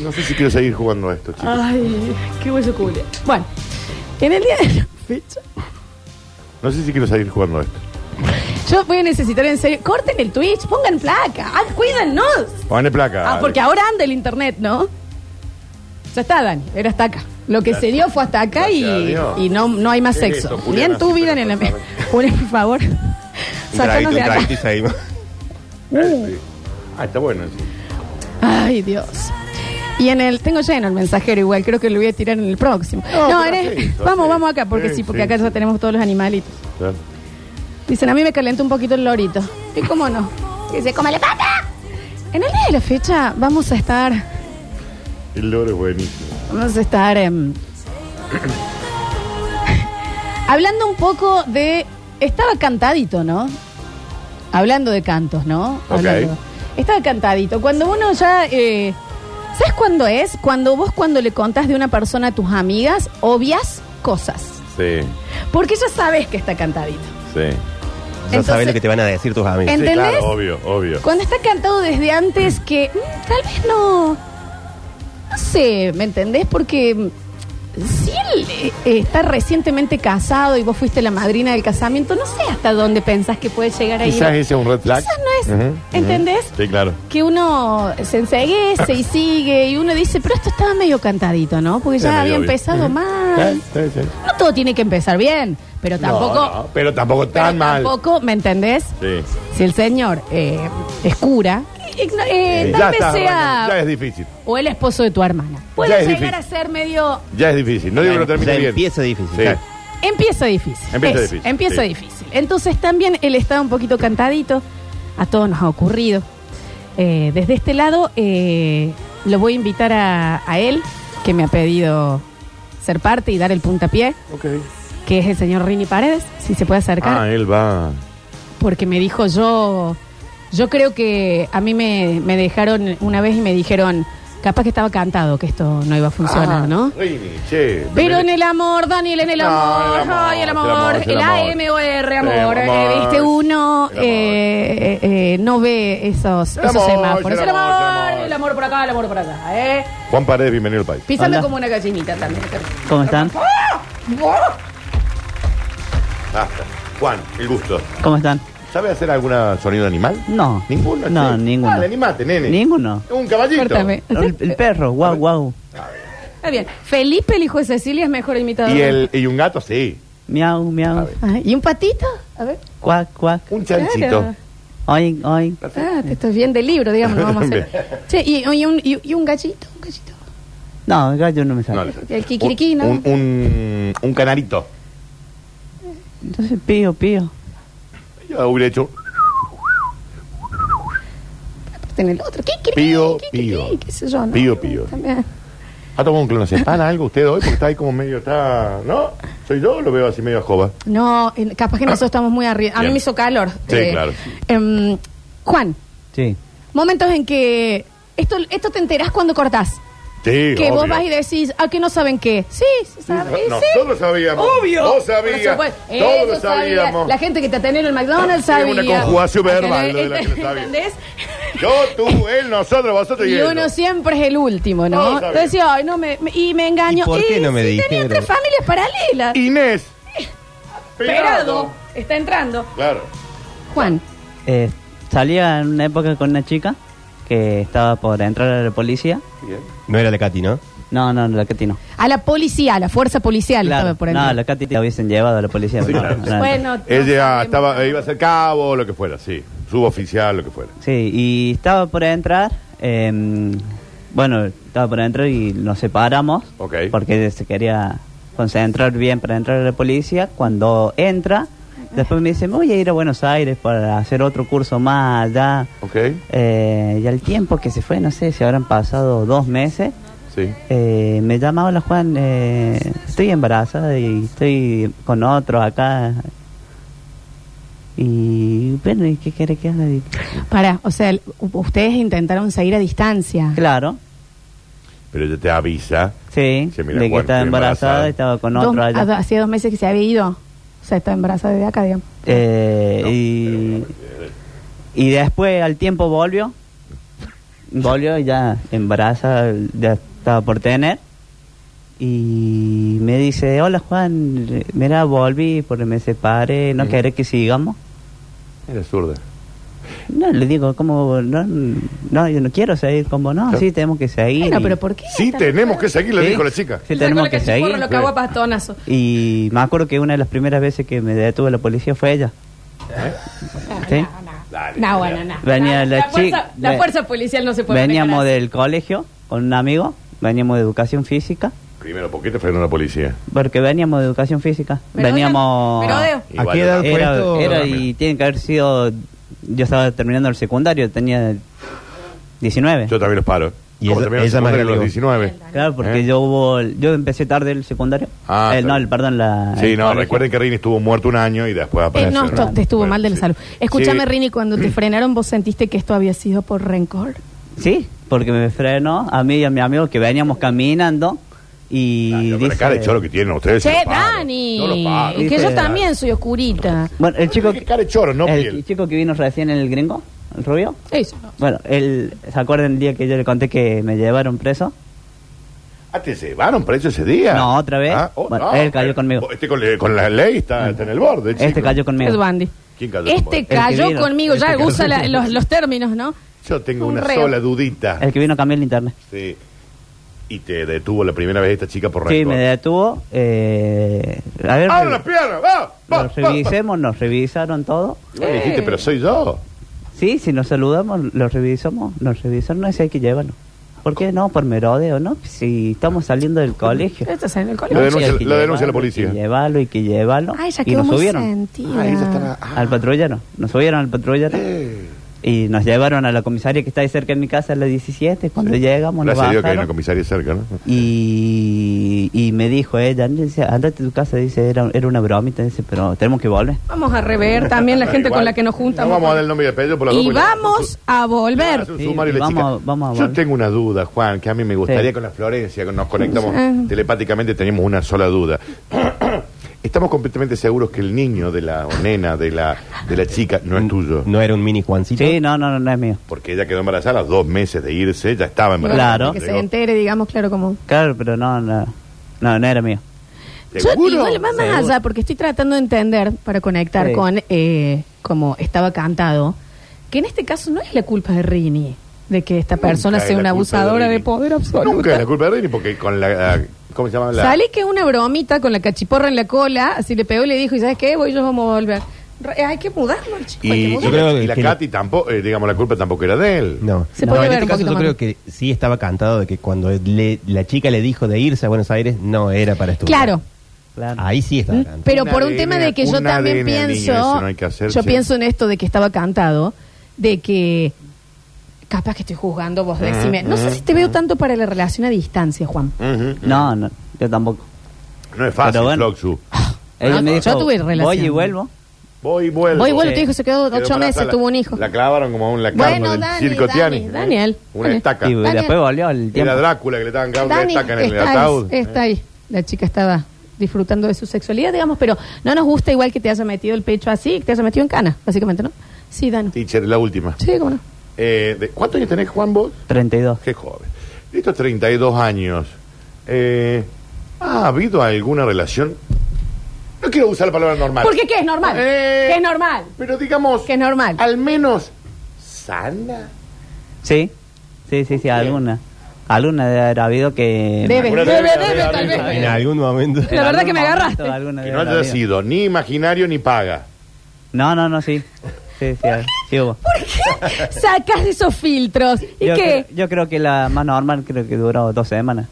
Speaker 2: No sé si quiero seguir jugando a esto, chicos.
Speaker 1: Ay, qué hueso culo. Bueno, en el día de la fecha...
Speaker 2: No sé si quiero seguir jugando a esto.
Speaker 1: Yo voy a necesitar en serio. Corten el Twitch, pongan placa. Ah, cuídennos.
Speaker 2: Pone placa.
Speaker 1: Ah, porque ahora anda el internet, ¿no? Ya está, Dani, era hasta acá. Lo que se dio fue hasta acá y,
Speaker 2: Gracias a Dios.
Speaker 1: y no, no hay más
Speaker 2: ¿Qué es
Speaker 1: sexo.
Speaker 2: esto,
Speaker 1: Ni
Speaker 2: Juliana?
Speaker 1: en tu vida ni en la mía. Julián, por favor.
Speaker 2: Un
Speaker 1: Sácanos
Speaker 2: traguito,
Speaker 1: de
Speaker 2: un
Speaker 1: acá.
Speaker 2: traguito y seguimos.
Speaker 1: Uh.
Speaker 2: Eh, Ah, está bueno. sí.
Speaker 1: Ay, Dios. Y en el, tengo lleno el mensajero igual, creo que lo voy a tirar en el próximo.
Speaker 10: No,
Speaker 1: No,
Speaker 10: pero
Speaker 1: en el-
Speaker 10: sí,
Speaker 1: vamos,
Speaker 10: sí.
Speaker 1: vamos acá, porque
Speaker 10: Sí,
Speaker 1: sí, porque
Speaker 10: sí,
Speaker 1: acá ya tenemos todos los animalitos.
Speaker 2: Claro.
Speaker 1: Dicen, a mí me calenta un poquito el lorito. ¿Y cómo no? Dice, cómale pata. En el día de la fecha vamos a estar,
Speaker 2: El loro es buenísimo.
Speaker 1: vamos a estar em, hablando un poco de, estaba cantadito, ¿no? Hablando de cantos, ¿no?
Speaker 2: Ok.
Speaker 1: Hablando- Estaba cantadito. Cuando uno ya, eh, ¿sabes cuándo es? Cuando vos cuando le contás de una persona a tus amigas, obvias cosas.
Speaker 2: Sí,
Speaker 1: Porque ya sabes que está cantadito.
Speaker 2: sí.
Speaker 4: Ya
Speaker 1: Entonces-
Speaker 4: sabes lo que te van a decir tus amigos.
Speaker 1: ¿Entendés?
Speaker 4: Sí,
Speaker 1: claro,
Speaker 2: obvio, obvio.
Speaker 1: Cuando está cantado desde antes que mm, tal vez no... No sé, ¿me entendés? Porque mm, si él eh, está recientemente casado y vos fuiste la madrina del casamiento, no sé hasta dónde pensás que puede llegar a ir.
Speaker 2: Quizás ese es un red flag.
Speaker 1: Quizás no es.
Speaker 2: Ujú, ujú.
Speaker 1: ¿Entendés?
Speaker 2: Sí, claro.
Speaker 1: que uno se enseguece y sigue y uno dice, pero esto estaba medio cantadito, ¿no? Porque
Speaker 2: Era
Speaker 1: ya había
Speaker 2: medio obvio.
Speaker 1: empezado
Speaker 2: Ujú.
Speaker 1: mal.
Speaker 2: Sí, sí, sí.
Speaker 1: No todo tiene que empezar bien, pero tampoco,
Speaker 2: No, no, pero tampoco tan mal.
Speaker 1: tampoco, ¿me entendés?
Speaker 2: Sí.
Speaker 1: Si el señor eh, es cura, eh, eh,
Speaker 2: Sí,
Speaker 1: tal vez
Speaker 2: está,
Speaker 1: sea...
Speaker 2: bueno, ya es difícil.
Speaker 1: O el esposo de tu hermana. Puede
Speaker 2: Ya es
Speaker 1: llegar
Speaker 2: difícil.
Speaker 1: a ser medio...
Speaker 2: Ya es difícil. No digo que lo
Speaker 4: Ya
Speaker 2: termine bien.
Speaker 4: empieza difícil,
Speaker 2: Sí.
Speaker 4: claro.
Speaker 1: Empieza difícil.
Speaker 2: Empieza
Speaker 1: Eso,
Speaker 2: difícil,
Speaker 1: Empieza
Speaker 2: sí.
Speaker 1: difícil. Entonces también el estado un poquito cantadito, a todos nos ha ocurrido. Eh, desde este lado eh, lo voy a invitar a, a él, que me ha pedido ser parte y dar el puntapié, que es el señor Rini Paredes, si se puede acercar,
Speaker 2: Ah, eh. él va.
Speaker 1: porque me dijo yo, yo creo que a mí me, me dejaron una vez y me dijeron, capaz que estaba cantado que esto no iba a funcionar,
Speaker 2: Ah,
Speaker 1: ¿no?
Speaker 2: Rini, che.
Speaker 1: Pero en el amor, Daniel, en el
Speaker 2: No,
Speaker 1: amor,
Speaker 2: Ah, el amor,
Speaker 1: ay, el
Speaker 2: el
Speaker 1: amor,
Speaker 2: amor,
Speaker 1: el,
Speaker 2: el amor.
Speaker 1: AMOR,
Speaker 2: El
Speaker 1: amor,
Speaker 2: amor,
Speaker 1: eh, viste, uno
Speaker 2: el amor.
Speaker 1: eh, eh, eh, no ve esos,
Speaker 2: El
Speaker 1: esos
Speaker 2: amor,
Speaker 1: semáforos.
Speaker 2: el
Speaker 1: El amor, el amor,
Speaker 2: amor.
Speaker 1: por acá, el amor por acá, eh.
Speaker 2: Juan Paredes, bienvenido al país.
Speaker 1: Písame
Speaker 12: Hola.
Speaker 1: como una gallinita también.
Speaker 12: ¿Cómo están?
Speaker 2: Basta. Ah, Juan, el gusto.
Speaker 12: ¿Cómo están?
Speaker 2: ¿Sabe hacer algún sonido animal?
Speaker 12: No.
Speaker 2: ¿Ninguno?
Speaker 12: No,
Speaker 2: che?
Speaker 12: ninguno.
Speaker 2: Dale, animate, nene.
Speaker 12: Ninguno.
Speaker 2: Un caballito.
Speaker 1: Córtame.
Speaker 12: El, el perro, guau, guau.
Speaker 1: Está bien. Felipe, el hijo de Cecilia, es mejor imitador.
Speaker 2: Y, el, y un gato, sí.
Speaker 12: Miau, miau.
Speaker 1: Ay, ¿Y un patito? A ver.
Speaker 12: Cuac, cuac.
Speaker 2: Un
Speaker 1: chanchito.
Speaker 12: Oink, oink.
Speaker 1: Ah, te estás bien de libro, digamos, lo vamos a hacer. Che, y, y un, y, y un gallito, un gallito.
Speaker 12: No, el gallo no me sale.
Speaker 1: Y el kikiriki, ¿no?
Speaker 2: Un, un, un canarito.
Speaker 12: Entonces, pío, pío.
Speaker 2: Yo hubiera hecho
Speaker 1: En el otro, kikiriki,
Speaker 2: pío, pío.
Speaker 1: kikiriki, qué sé yo, ¿no?
Speaker 2: Pío, pío.
Speaker 1: También.
Speaker 2: ¿Ha tomado un clonazepam algo usted hoy? Porque está ahí como medio, está... ¿No? Soy yo, lo veo así medio a escoba.
Speaker 1: No, en- capaz que nosotros estamos muy arriba. A mí
Speaker 2: Bien.
Speaker 1: me hizo calor. eh,
Speaker 2: Sí, claro.
Speaker 1: em, Juan,
Speaker 12: Sí.
Speaker 1: momentos en que esto, esto te enterás cuando cortás.
Speaker 2: Sí,
Speaker 1: que vos
Speaker 2: obvio.
Speaker 1: vas y decís, ah, que no saben qué. Sí, se sabe. sí.
Speaker 2: Nosotros lo sabíamos.
Speaker 1: Obvio.
Speaker 2: Vos
Speaker 1: Por
Speaker 2: sabías.
Speaker 1: supuesto.
Speaker 2: Todos
Speaker 1: Eso
Speaker 2: lo
Speaker 1: sabía.
Speaker 2: sabíamos.
Speaker 1: La gente que te atendió en el McDonald's
Speaker 2: Sí,
Speaker 1: sabía.
Speaker 2: una conjugación verbal, lo de la que no sabía.
Speaker 1: ¿Entendés?
Speaker 2: Yo, tú, él, nosotros, vosotros y,
Speaker 1: Y
Speaker 2: él.
Speaker 1: uno siempre es el último,
Speaker 2: Todos
Speaker 1: ¿no?
Speaker 2: sabían.
Speaker 1: Entonces, decís, ay, no me, me- y me engaño.
Speaker 4: ¿Y por qué
Speaker 1: Y
Speaker 4: no me
Speaker 1: sí, Tenía
Speaker 4: dijeron?
Speaker 1: tres familias paralelas.
Speaker 2: Inés.
Speaker 1: Esperado. Está entrando.
Speaker 2: Claro.
Speaker 1: Juan.
Speaker 12: Eh, salía en una época con una chica que estaba por entrar a la policía.
Speaker 4: No era la Katy, ¿no?
Speaker 12: No, no, la Katy no.
Speaker 1: A la policía, a Ah, la fuerza policial estaba por ahí.
Speaker 12: no, la Katy la hubiesen llevado a la policía.
Speaker 2: Sí,
Speaker 12: pero
Speaker 2: claro.
Speaker 12: no, no, no.
Speaker 1: Bueno,
Speaker 2: Ella estaba, iba a ser cabo, lo que fuera, sí. Suboficial, lo que fuera.
Speaker 12: Sí, y estaba por entrar. eh, bueno, estaba por entrar y nos separamos. Porque ella se quería concentrar bien para entrar a la policía. Cuando entra, después me dice: Me voy a ir a Buenos Aires para hacer otro curso más allá. Eh, y al tiempo que se fue, no sé si habrán pasado dos meses.
Speaker 2: Sí.
Speaker 12: eh, me llamaba la Juan, eh, estoy embarazada y estoy con otro acá. Y bueno, ¿y qué quiere que haga?
Speaker 1: Para, o sea, el- u- ustedes intentaron seguir a distancia.
Speaker 12: Claro.
Speaker 2: Pero ella te avisa.
Speaker 12: Sí,
Speaker 2: Se
Speaker 12: de que estaba embarazada, estaba con
Speaker 1: Dos-
Speaker 12: otro
Speaker 1: a-
Speaker 12: allá.
Speaker 1: hacía dos meses que se había ido. O sea, está embarazada de acá, digamos.
Speaker 12: Eh, y, y después al tiempo volvió. Volvió y ya embarazada, ya estaba por tener. Y me dice, hola Juan, mira, volví porque me separé, no
Speaker 2: Ujú.
Speaker 12: querés que sigamos.
Speaker 2: Era zurda.
Speaker 12: No, le digo, como, no, no, yo no quiero seguir como, no, sí, tenemos que seguir.
Speaker 1: Bueno, pero ¿por qué?
Speaker 2: Sí, tenemos que seguir, le
Speaker 12: Sí.
Speaker 2: dijo la chica.
Speaker 12: Sí, tenemos que seguir. pues.
Speaker 1: Lo cagó a pastonazo.
Speaker 12: Y me acuerdo que una de las primeras veces que me detuvo la policía fue ella.
Speaker 1: Eh.
Speaker 12: ¿Sí?
Speaker 1: No, bueno, no.
Speaker 12: Venía la
Speaker 1: fuerza-
Speaker 12: chica-
Speaker 1: La
Speaker 12: ve-
Speaker 1: fuerza policial no se puede
Speaker 12: Veníamos
Speaker 1: manejar
Speaker 12: del colegio con un amigo, veníamos de educación física.
Speaker 2: Primero, ¿por qué te frenó la policía?
Speaker 12: Porque veníamos de educación física.
Speaker 1: Merodeo,
Speaker 12: veníamos.
Speaker 1: merodeo.
Speaker 2: ¿A qué edad fue
Speaker 12: era,
Speaker 2: esto?
Speaker 12: era y tiene que haber sido. Yo estaba terminando el secundario, tenía 19.
Speaker 2: Yo también los paro.
Speaker 12: Y
Speaker 2: Como
Speaker 12: esa-
Speaker 2: también los
Speaker 12: esa más
Speaker 2: secundarios
Speaker 12: que
Speaker 2: los
Speaker 12: digo.
Speaker 2: 19.
Speaker 12: Claro, porque yo hubo, yo empecé tarde el secundario.
Speaker 2: Eh. Ah,
Speaker 12: Eh,
Speaker 2: está
Speaker 12: no,
Speaker 2: bien.
Speaker 12: el, perdón, la.
Speaker 2: Sí,
Speaker 12: el
Speaker 2: no,
Speaker 12: colegio.
Speaker 2: recuerden que Rini estuvo muerto un año y después
Speaker 1: Eh,
Speaker 2: apareció.
Speaker 1: no, esto te estuvo mal de la salud. Escúchame,
Speaker 2: Ah,
Speaker 12: Sí.
Speaker 1: Rini, cuando te frenaron, ¿vos sentiste que esto había sido por rencor?
Speaker 12: Sí, porque me frenó a mí y a mi amigo que veníamos caminando y.
Speaker 2: Con la
Speaker 12: dice-
Speaker 2: cara de choro que tienen ustedes.
Speaker 1: che,
Speaker 2: se lo pagan.
Speaker 1: Dani,
Speaker 2: No lo paro.
Speaker 1: que
Speaker 12: Dice-
Speaker 1: yo también soy oscurita.
Speaker 12: Bueno, el chico.
Speaker 2: choro, no
Speaker 12: El chico que vino recién, el gringo, el rubio.
Speaker 1: Eso.
Speaker 12: Bueno, él, ¿se acuerdan el día que yo le conté que me llevaron preso?
Speaker 2: Ah, te llevaron preso ese día.
Speaker 12: No, otra vez.
Speaker 2: Ah, oh,
Speaker 12: Bueno,
Speaker 2: no.
Speaker 12: él cayó conmigo.
Speaker 2: Este con, le- con la ley está, está en el borde. el
Speaker 12: Este
Speaker 2: chico.
Speaker 12: cayó conmigo.
Speaker 1: Es Bandy.
Speaker 2: ¿Quién cayó? con
Speaker 1: Este
Speaker 2: vos?
Speaker 1: cayó
Speaker 12: vino.
Speaker 1: conmigo,
Speaker 12: Este
Speaker 1: ya
Speaker 12: que
Speaker 1: usa
Speaker 12: vino.
Speaker 1: la- los, los términos, ¿no?
Speaker 2: Yo tengo
Speaker 1: Un
Speaker 2: una
Speaker 1: reo.
Speaker 2: sola dudita.
Speaker 12: El que vino a cambiar el internet.
Speaker 2: Sí. Y te detuvo la primera vez esta chica por
Speaker 12: Sí,
Speaker 2: rencor.
Speaker 12: me detuvo. Eh, a ver,
Speaker 2: ¡Abre las piernas! ¡Va! ¡Va!
Speaker 12: nos revisemos, nos revisaron todo.
Speaker 2: Y vos le dijiste, pero soy yo.
Speaker 12: Sí, si nos saludamos, los revisamos, nos revisaron, no sé, hay que llevarlo. ¿Por qué no? Por merodeo, ¿no? pues Si estamos saliendo del colegio.
Speaker 1: Esto es en el
Speaker 12: No,
Speaker 1: colegio.
Speaker 12: sí, hay que
Speaker 2: la denuncia
Speaker 12: llevarlo,
Speaker 2: la policía.
Speaker 12: hay que llevarlo y que llevarlo.
Speaker 1: Ay, ya
Speaker 12: y
Speaker 1: quedó
Speaker 12: nos
Speaker 1: muy
Speaker 12: subieron.
Speaker 1: sentida.
Speaker 12: Ah. Al patrullero. Nos subieron al patrullero.
Speaker 2: Eh.
Speaker 12: Y nos llevaron a la comisaría que está ahí cerca de mi casa, a la 17. Cuando llegamos, nos
Speaker 2: Gracias a Dios que hay una
Speaker 12: bajaron.
Speaker 2: comisaria cerca, ¿no?
Speaker 12: Y, y me dijo ella, dice, andate a tu casa, dice, era, era una bromita, dice, pero tenemos que volver.
Speaker 1: Vamos a rever también la gente
Speaker 2: Ah, Igual.
Speaker 1: con la que nos juntamos.
Speaker 2: No vamos a dar el nombre y apellido por la
Speaker 1: y vamos a volver.
Speaker 2: Sumario, la chica. Yo tengo una duda, Juan, que a mí me gustaría con la Florencia, que nos conectamos
Speaker 1: Sí.
Speaker 2: telepáticamente, tenemos una sola duda. Estamos completamente seguros que el niño de la o nena de la, de la chica no es tuyo.
Speaker 4: ¿No era un mini Juancito?
Speaker 12: Sí, no, no, no, no es mío.
Speaker 2: Porque ella quedó embarazada a los dos meses de irse, ya estaba embarazada.
Speaker 12: Claro.
Speaker 1: Que se entere, digamos, claro, como.
Speaker 12: Claro, pero no, no, no, no era mío.
Speaker 1: Yo igual va más allá, porque estoy tratando de entender, para conectar
Speaker 12: Sí.
Speaker 1: con eh, como estaba cantado, que en este caso no es la culpa de Rini de que esta persona
Speaker 2: es
Speaker 1: sea
Speaker 2: la
Speaker 1: una
Speaker 2: culpa
Speaker 1: abusadora
Speaker 2: de
Speaker 1: de,
Speaker 2: Rini.
Speaker 1: poder absoluto.
Speaker 2: Nunca es la culpa de Rini, porque con la... ¿Cómo se llama? La,
Speaker 1: Salí que una bromita con la cachiporra en la cola, así le pegó y le dijo, ¿y sabes qué? Voy, yo vamos a volver. Re- Hay que mudarlo, chico. hay que
Speaker 2: Y, y
Speaker 1: mudarlo.
Speaker 2: la,
Speaker 4: creo
Speaker 2: y la
Speaker 4: que-
Speaker 2: Katy tampoco, eh, digamos, la culpa tampoco era de él.
Speaker 4: No.
Speaker 1: Se
Speaker 4: No,
Speaker 1: puede
Speaker 4: en
Speaker 1: ver
Speaker 4: este
Speaker 1: un
Speaker 4: caso
Speaker 1: poquito
Speaker 4: yo
Speaker 1: más.
Speaker 4: creo que sí estaba cantado de que cuando le- la chica le dijo de irse a Buenos Aires, no era para estudiar.
Speaker 1: Claro.
Speaker 4: Ahí sí estaba cantado.
Speaker 1: ¿Mm? Pero
Speaker 2: Un
Speaker 1: por un
Speaker 2: ADN,
Speaker 1: tema de que yo
Speaker 2: un
Speaker 1: también
Speaker 2: ADN, niño,
Speaker 1: pienso,
Speaker 2: eso no hay que hacer,
Speaker 1: yo
Speaker 2: sí.
Speaker 1: pienso en esto de que estaba cantado, de que capaz que estoy juzgando,
Speaker 2: Mm,
Speaker 1: vos decime. No sé si te veo tanto para la relación a distancia, Juan.
Speaker 12: No, no, yo tampoco.
Speaker 2: No es fácil,
Speaker 12: Pero bueno.
Speaker 2: Floxu.
Speaker 12: Ella
Speaker 1: No,
Speaker 12: me
Speaker 1: Ah, yo
Speaker 12: dijo,
Speaker 1: tuve relación.
Speaker 12: voy y vuelvo.
Speaker 2: Voy y vuelvo.
Speaker 1: Voy y vuelvo, te dijo, se quedó
Speaker 2: Quedó
Speaker 1: ocho meses,
Speaker 2: embarazada.
Speaker 1: tuvo un hijo.
Speaker 2: La clavaron como a un lacarno
Speaker 1: Bueno,
Speaker 2: del
Speaker 1: Dani,
Speaker 2: circo
Speaker 1: Dani,
Speaker 2: Tiani.
Speaker 1: Daniel,
Speaker 2: Una
Speaker 1: Daniel.
Speaker 2: estaca.
Speaker 12: Y
Speaker 1: Daniel.
Speaker 12: después volvió el
Speaker 2: Era
Speaker 12: tiempo.
Speaker 2: Drácula que le estaban clavando una
Speaker 1: Dani,
Speaker 2: estaca en el
Speaker 1: está,
Speaker 2: ataúd.
Speaker 1: ahí, está ahí. La chica estaba disfrutando de su sexualidad, digamos, pero no nos gusta igual que te haya metido el pecho así, que te haya metido en cana, básicamente, ¿no? Sí, Dan.
Speaker 2: Teacher, la última.
Speaker 1: Sí, cómo no.
Speaker 2: Eh, de- ¿Cuántos años tenés, Juan, vos?
Speaker 12: 32.
Speaker 2: Qué joven. De estos 32 años, eh, ¿ha habido alguna relación? No quiero usar la palabra normal.
Speaker 1: Porque qué es normal.
Speaker 2: Eh,
Speaker 1: ¿Qué es normal.
Speaker 2: Pero digamos.
Speaker 1: Que es normal.
Speaker 2: Al menos. ¿Sana?
Speaker 12: Sí, sí, sí, sí, alguna. Alguna debe haber habido que...
Speaker 1: Debe,
Speaker 2: Alguna
Speaker 1: debe,
Speaker 2: debe
Speaker 1: debe,
Speaker 2: haber
Speaker 1: tal
Speaker 2: habido.
Speaker 1: vez.
Speaker 4: En algún momento.
Speaker 1: La verdad que me
Speaker 12: momento,
Speaker 1: agarraste.
Speaker 12: alguna
Speaker 2: Que
Speaker 12: debe
Speaker 2: no
Speaker 12: haber
Speaker 2: haya
Speaker 12: habido.
Speaker 2: sido ni imaginario ni paga.
Speaker 12: No, no, no, sí. Sí, sí, sí hubo.
Speaker 1: Sacas de esos filtros. ¿Y
Speaker 12: yo,
Speaker 1: qué?
Speaker 12: Creo, yo creo que la más normal creo que duró dos semanas.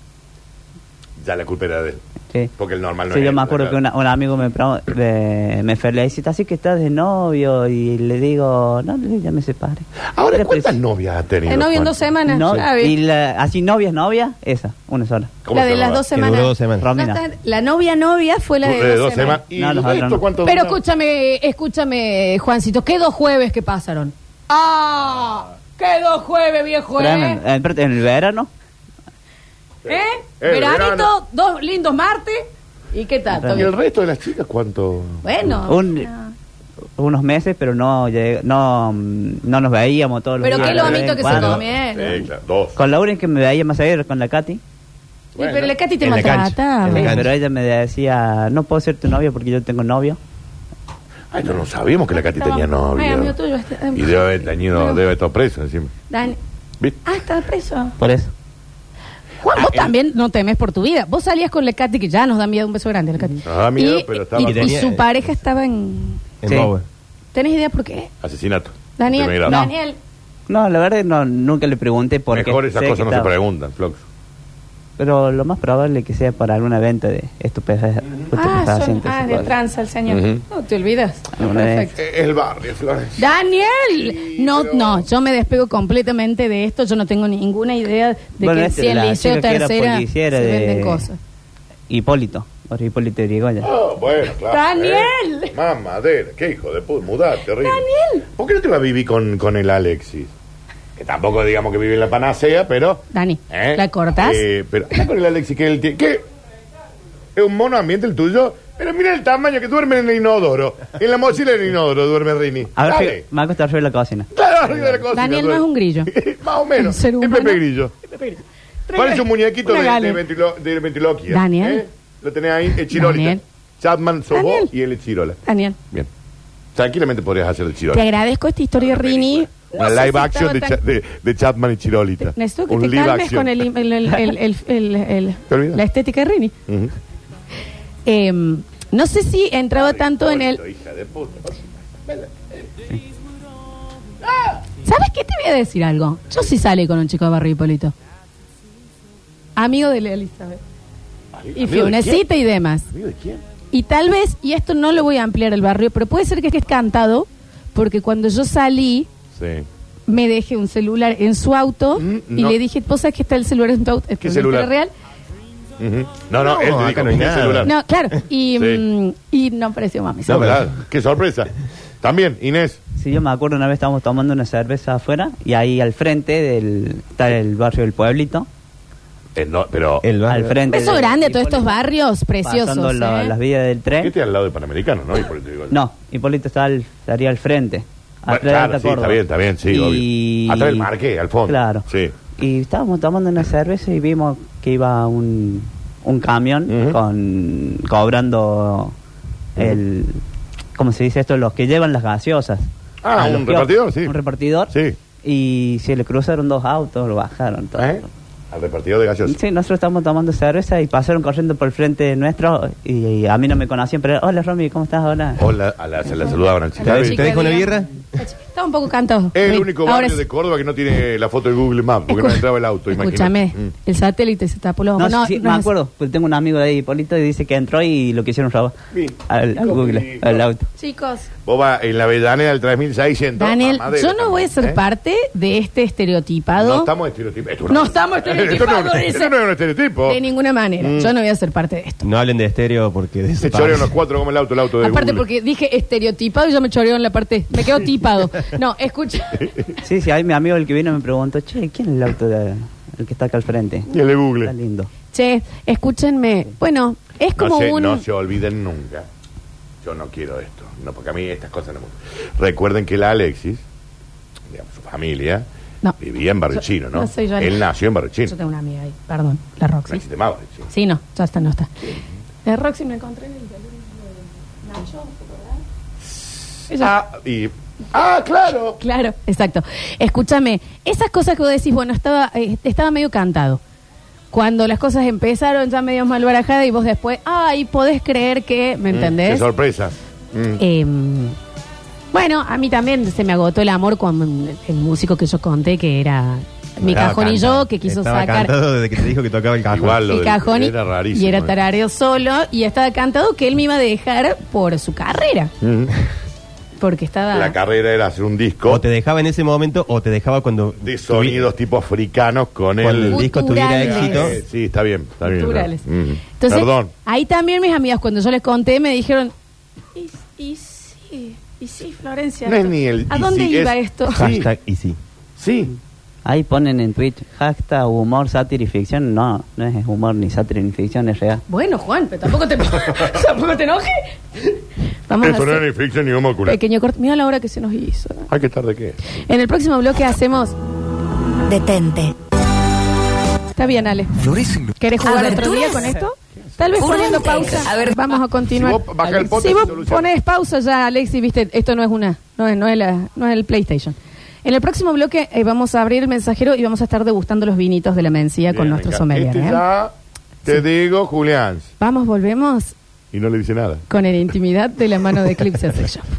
Speaker 2: Ya la culpa era de él.
Speaker 12: Sí.
Speaker 2: Porque el normal no
Speaker 12: Sí,
Speaker 2: es
Speaker 12: yo
Speaker 2: él,
Speaker 12: me acuerdo que
Speaker 2: claro.
Speaker 12: una- un amigo me, pro- eh, me felicita, así que estás de novio y le digo, no, le- ya me separé.
Speaker 2: Ahora, ¿cuántas novias has tenido?
Speaker 1: El novio en
Speaker 2: Juan?
Speaker 1: dos semanas.
Speaker 12: No,
Speaker 1: ya vi.
Speaker 12: y la- así novias, novia, esa, una sola.
Speaker 2: ¿Cómo
Speaker 1: la
Speaker 2: se
Speaker 1: de las
Speaker 2: llamaba?
Speaker 1: dos
Speaker 4: Que duró
Speaker 1: semanas.
Speaker 4: dos semanas.
Speaker 1: No,
Speaker 12: Romina.
Speaker 1: está- la novia novia fue la de,
Speaker 2: Eh,
Speaker 1: dos, semanas.
Speaker 2: ¿Y
Speaker 12: No, los
Speaker 2: esto
Speaker 12: otros no.
Speaker 2: cuánto
Speaker 1: Pero
Speaker 2: dura?
Speaker 1: escúchame, escúchame, Juancito, ¿qué dos jueves que pasaron? ¡Ah! ¡Qué dos jueves, viejo! ¿Eh?
Speaker 12: Tremendo. Eh, pero En el verano,
Speaker 1: ¿Eh?
Speaker 2: Eh,
Speaker 1: Veranito,
Speaker 2: verano.
Speaker 1: dos lindos martes. ¿Y qué tal? ¿Todo
Speaker 2: ¿Y el
Speaker 1: bien?
Speaker 2: resto de las chicas cuánto?
Speaker 1: Bueno.
Speaker 12: un- unos meses, pero no, lleg- no, mm, no nos veíamos todos los
Speaker 1: Pero
Speaker 12: días.
Speaker 1: qué
Speaker 12: de vez
Speaker 1: lomito
Speaker 12: en
Speaker 1: que se
Speaker 12: cuando.
Speaker 1: comieron.
Speaker 2: Eh, claro, dos.
Speaker 12: Con la única que me veía más ayer, con la Katy.
Speaker 1: Y pero la Katy te
Speaker 4: en la
Speaker 1: maltrata.
Speaker 2: Ah.
Speaker 4: cancha, en la
Speaker 12: Sí,
Speaker 4: cancha.
Speaker 12: pero ella me decía, no puedo ser tu novia porque yo tengo novio.
Speaker 2: Ay, no, no sabíamos que la Katy tenía novio.
Speaker 1: Ay, amigo tuyo, este-
Speaker 2: Y debe haber tenido, debe haber estado preso encima.
Speaker 1: Dani.
Speaker 2: ¿Viste?
Speaker 1: Ah, estás preso.
Speaker 12: Por eso.
Speaker 1: Juan,
Speaker 4: Ah,
Speaker 1: vos también no temes por tu vida. Vos salías con la Katy, que ya nos da miedo, un beso grande a la Katy.
Speaker 2: Nos da miedo, pero estaba-
Speaker 1: y, y
Speaker 4: Tenía-
Speaker 1: su pareja estaba en...
Speaker 4: En
Speaker 12: Sí.
Speaker 4: Bowen.
Speaker 1: ¿Tenés idea por qué?
Speaker 2: Asesinato.
Speaker 1: Daniel,
Speaker 12: No.
Speaker 1: Daniel.
Speaker 12: No, la verdad no, nunca le pregunté por qué.
Speaker 2: Mejor esas
Speaker 12: Sé
Speaker 2: cosas
Speaker 12: que
Speaker 2: no se
Speaker 12: estaba-
Speaker 2: preguntan, Flox.
Speaker 12: Pero lo más probable es que sea para alguna venta de
Speaker 1: Ah,
Speaker 12: estupefac-
Speaker 1: son,
Speaker 12: estupefacientes.
Speaker 1: ah, de tranza el señor.
Speaker 12: Ujú.
Speaker 1: No te olvidas.
Speaker 12: Alguna vez.
Speaker 1: Perfecto.
Speaker 2: Eh, El barrio, Flores.
Speaker 1: Daniel, no, no, yo me despego completamente de esto, yo no tengo ninguna idea de
Speaker 12: Bueno,
Speaker 1: que
Speaker 12: este,
Speaker 1: si el
Speaker 12: la
Speaker 1: liceo
Speaker 12: chica que era
Speaker 1: tercera se
Speaker 12: policía era de-
Speaker 1: venden cosas.
Speaker 12: Hipólito, por Hipólito Yrigoyen.
Speaker 2: Oh, bueno, claro.
Speaker 1: ¡Daniel!
Speaker 2: Eh. Mamadera, qué hijo de puta, mudate, horrible. ¡Daniel! ¿Por qué no te vas a vivir con, con el Alexis? Que tampoco digamos que vive en la panacea, pero.
Speaker 1: Dani,
Speaker 2: ¿eh?
Speaker 1: ¿la cortás?
Speaker 2: Eh, pero anda con el Alexis que él tiene. ¿Qué? ¿Es un mono ambiente el tuyo? Pero mira el tamaño que duerme en el inodoro. En la mochila del inodoro duerme Rini.
Speaker 12: A ver,
Speaker 2: Dale.
Speaker 12: si- Marco está arriba de la cocina.
Speaker 2: Claro, arriba de la cocina.
Speaker 1: Daniel no
Speaker 2: duerme.
Speaker 1: es un grillo.
Speaker 2: Más o menos.
Speaker 1: Un ser
Speaker 2: Es
Speaker 1: humano.
Speaker 2: Pepe Grillo. Parece un muñequito
Speaker 1: Una
Speaker 2: de,
Speaker 1: gale.
Speaker 2: de, ventilo- de ventiloquia.
Speaker 1: Daniel.
Speaker 2: ¿eh? Lo tenés ahí, el Chirolita.
Speaker 1: Daniel.
Speaker 2: Chapman sos vos y él es Chirola.
Speaker 1: Daniel,
Speaker 2: Bien. Tranquilamente podrías hacer el
Speaker 1: te
Speaker 2: Chirola.
Speaker 1: agradezco esta historia, Rini.
Speaker 2: Una
Speaker 1: No sé
Speaker 2: live
Speaker 1: si
Speaker 2: action
Speaker 1: estaba
Speaker 2: de,
Speaker 1: tan-
Speaker 2: Cha- de, de Chapman y Chirolita.
Speaker 1: Necesito que
Speaker 2: Un
Speaker 1: te
Speaker 2: live
Speaker 1: calmes
Speaker 2: action.
Speaker 1: con el, el- el- el- el- el- el-
Speaker 2: ¿Te olvidas?
Speaker 1: la estética de Rini.
Speaker 2: Ujú.
Speaker 1: Eh, no sé si entraba tanto en el...
Speaker 2: Hija de puta.
Speaker 1: ¿Sabes qué? Te voy a decir algo. Yo sí salí con un chico de Barrio Hipólito. Amigo de Lea Elizabeth. Y
Speaker 2: ¿Amigo de
Speaker 1: Fionecita
Speaker 2: quién?
Speaker 1: y demás.
Speaker 2: ¿Amigo de quién?
Speaker 1: Y tal vez, y esto no lo voy a ampliar el barrio, pero puede ser que es cantado, porque cuando yo salí,
Speaker 2: Sí.
Speaker 1: me dejé un celular en su auto y
Speaker 2: Mm, no.
Speaker 1: le dije, ¿vos sabés que está el celular en tu auto? ¿Esto no es
Speaker 2: celular?
Speaker 1: real?
Speaker 2: Ujú. No, no,
Speaker 4: No,
Speaker 2: él te
Speaker 4: acá
Speaker 2: dijo
Speaker 4: no hay
Speaker 2: que
Speaker 4: nada.
Speaker 2: el celular.
Speaker 1: No, claro. Y,
Speaker 2: Sí.
Speaker 1: mm, y no apareció mami.
Speaker 2: No, ¿verdad? Qué sorpresa. También, Inés.
Speaker 12: Sí, yo me acuerdo una vez estábamos tomando una cerveza afuera y ahí al frente del, está el barrio del pueblito.
Speaker 2: Eh, no, pero.
Speaker 12: Al
Speaker 1: Un
Speaker 12: frente.
Speaker 1: beso
Speaker 12: de-
Speaker 1: grande a todos estos barrios preciosos.
Speaker 12: pasando la-
Speaker 1: ¿eh?
Speaker 12: las vías del tren.
Speaker 2: Este al lado de Panamericano, ¿no? Y por el-
Speaker 12: No, Hipólito está al- estaría al frente.
Speaker 2: Bueno,
Speaker 12: atrás de
Speaker 2: claro, sí,
Speaker 12: Alta
Speaker 2: está
Speaker 12: Córdoba.
Speaker 2: bien, está bien, sí,
Speaker 12: Y-
Speaker 2: obvio. Atrás del marqué, al fondo.
Speaker 12: Claro.
Speaker 2: Sí.
Speaker 12: Y estábamos tomando una cerveza y vimos que iba un, un camión con cobrando el... ¿Cómo se dice esto? Los que llevan las gaseosas.
Speaker 2: Ah,
Speaker 12: A los
Speaker 2: un
Speaker 12: kioscos.
Speaker 2: repartidor, sí.
Speaker 12: Un repartidor.
Speaker 2: Sí.
Speaker 12: Y se le cruzaron dos autos, lo bajaron. todo.
Speaker 2: ¿Eh? Al repartidor de gaseosa.
Speaker 12: Sí, nosotros estábamos tomando cerveza y pasaron corriendo por el frente nuestro y, y a mí no me conocían, pero hola Romy, ¿cómo estás? Hola.
Speaker 2: Hola, a la, se la saludaban al chico.
Speaker 12: ¿Te dejo-
Speaker 1: Chica,
Speaker 12: dejo una
Speaker 1: digamos. Estaba un poco cantado.
Speaker 2: Es el
Speaker 1: Rini.
Speaker 2: único
Speaker 1: Ahora
Speaker 2: barrio de Córdoba que no tiene la foto de Google Maps, porque no
Speaker 1: Escu-
Speaker 2: entraba el auto, imagínate. Mm.
Speaker 1: Escúchame, el satélite se tapó los
Speaker 12: No,
Speaker 1: ojos. No,
Speaker 12: sí,
Speaker 1: no
Speaker 12: me
Speaker 1: es-
Speaker 12: acuerdo, porque tengo un amigo de ahí, Hipólito, y dice que entró y lo quisieron robar. Al, al Google, al auto.
Speaker 1: Chicos,
Speaker 2: Mm. Vos vas en la Avellaneda del 3600.
Speaker 1: Daniel,
Speaker 2: mamadera
Speaker 1: yo no
Speaker 2: también,
Speaker 1: voy a ser
Speaker 2: ¿eh?
Speaker 1: parte de este
Speaker 2: No
Speaker 1: estereotipado
Speaker 2: estamos estereotipados. Esto
Speaker 1: No estamos
Speaker 2: Esto no es un-
Speaker 1: estereotipados,
Speaker 2: esto
Speaker 1: dice.
Speaker 2: no es un estereotipo.
Speaker 1: de ninguna manera.
Speaker 2: Mm.
Speaker 1: Yo no voy a ser parte de esto.
Speaker 4: No hablen de estéreo porque de
Speaker 2: Se chorean los cuatro como el auto, el auto de
Speaker 1: Aparte
Speaker 2: Google.
Speaker 1: porque dije estereotipado y yo me choreo en la parte, me quedo tipado. No, escucha.
Speaker 12: Sí, sí, ahí mi amigo el que vino me preguntó, che, ¿quién es el auto de- el que está acá al frente?
Speaker 2: Y el de Google.
Speaker 12: Está lindo.
Speaker 1: Che, escúchenme. Bueno, es
Speaker 2: No
Speaker 1: como
Speaker 2: se,
Speaker 1: un...
Speaker 2: no se olviden nunca. Yo no quiero esto. No, porque a mí estas cosas no me gustan. Recuerden que la Alexis, digamos, su familia,
Speaker 1: No.
Speaker 2: vivía en Barrio
Speaker 1: Yo-
Speaker 2: Chino, ¿no?
Speaker 1: no soy yo.
Speaker 2: Él nació en Barrio Chino.
Speaker 1: Yo tengo una amiga ahí, perdón, la
Speaker 2: No
Speaker 1: Roxy.
Speaker 2: existe más Barrio Chino.
Speaker 1: Sí, no, ya está, no está. La Roxy me encontré en el... Nacho, Ella-
Speaker 2: Ah, y, ah, claro.
Speaker 1: Claro, exacto. Escúchame, esas cosas que vos decís, bueno, estaba, eh, estaba medio cantado. Cuando las cosas empezaron ya medio mal barajadas y vos después, ay, podés creer que, ¿me
Speaker 2: Mm, Qué
Speaker 1: entendés?
Speaker 2: sorpresa. Mm.
Speaker 1: Em, bueno, a mí también se me agotó el amor con el músico que yo conté, que era mi
Speaker 4: Estaba
Speaker 1: cajón y
Speaker 4: cantado.
Speaker 1: yo, que quiso
Speaker 4: Estaba
Speaker 1: sacar
Speaker 4: cantado desde que te dijo que tocaba el cajón.
Speaker 2: Igual lo
Speaker 1: el
Speaker 2: del-
Speaker 1: cajón y
Speaker 2: era rarísimo.
Speaker 1: y era
Speaker 2: eh.
Speaker 1: tarareo solo y estaba cantado que él me iba a dejar por su carrera,
Speaker 2: Mm.
Speaker 1: porque estaba...
Speaker 2: La carrera era hacer un disco
Speaker 4: O te dejaba en ese momento o te dejaba cuando
Speaker 2: de sonidos tipo africanos con
Speaker 4: Cuando
Speaker 2: el
Speaker 4: el disco tuviera éxito.
Speaker 2: Eh, sí, está bien, está bien.
Speaker 1: Culturales.
Speaker 2: ¿no? Mm.
Speaker 1: Entonces,
Speaker 2: Perdón.
Speaker 1: ahí también mis amigas, cuando yo les conté, me dijeron, y, y sí, y sí, Florencia.
Speaker 2: No es ni el
Speaker 1: ¿A
Speaker 2: y
Speaker 1: dónde
Speaker 2: sí,
Speaker 1: iba
Speaker 2: es-
Speaker 1: esto?
Speaker 4: Hashtag y sí.
Speaker 2: Sí.
Speaker 12: Ahí ponen en Twitch, hashtag humor, sátira y ficción. No, no es humor ni sátira ni ficción, es real.
Speaker 1: Bueno, Juan, pero tampoco te, tampoco te enojes. Vamos a
Speaker 2: Eso no
Speaker 1: hacer
Speaker 2: era ni ficción ni humo
Speaker 1: un
Speaker 2: ocular.
Speaker 1: pequeño corte. Mira la hora que se nos hizo. ¿no?
Speaker 2: Hay que estar de qué.
Speaker 1: En el próximo bloque hacemos...
Speaker 13: Detente.
Speaker 1: Está bien, Ale.
Speaker 13: Florecen los-
Speaker 1: ¿Querés jugar otro
Speaker 13: Aberturas.
Speaker 1: día con esto? Tal vez
Speaker 13: Una
Speaker 1: poniendo
Speaker 13: entrega.
Speaker 1: pausa.
Speaker 13: A
Speaker 1: A ver, vamos a continuar.
Speaker 13: Si vos bajás el pote,
Speaker 1: Si vos
Speaker 13: se soluciona.
Speaker 1: ponés pausa ya, Alexi, viste, esto no es una, no es, no es, la, no es el PlayStation. En el próximo bloque eh, vamos a abrir el mensajero y vamos a estar degustando los vinitos de la mencía con
Speaker 2: Bien,
Speaker 1: nuestro
Speaker 2: venga.
Speaker 1: sommelier.
Speaker 2: Este
Speaker 1: ¿eh?
Speaker 2: ya te digo, Julián.
Speaker 1: Vamos, volvemos
Speaker 2: Y no le dice nada.
Speaker 1: con el intimidad de la mano de Eclipse Sex Shop.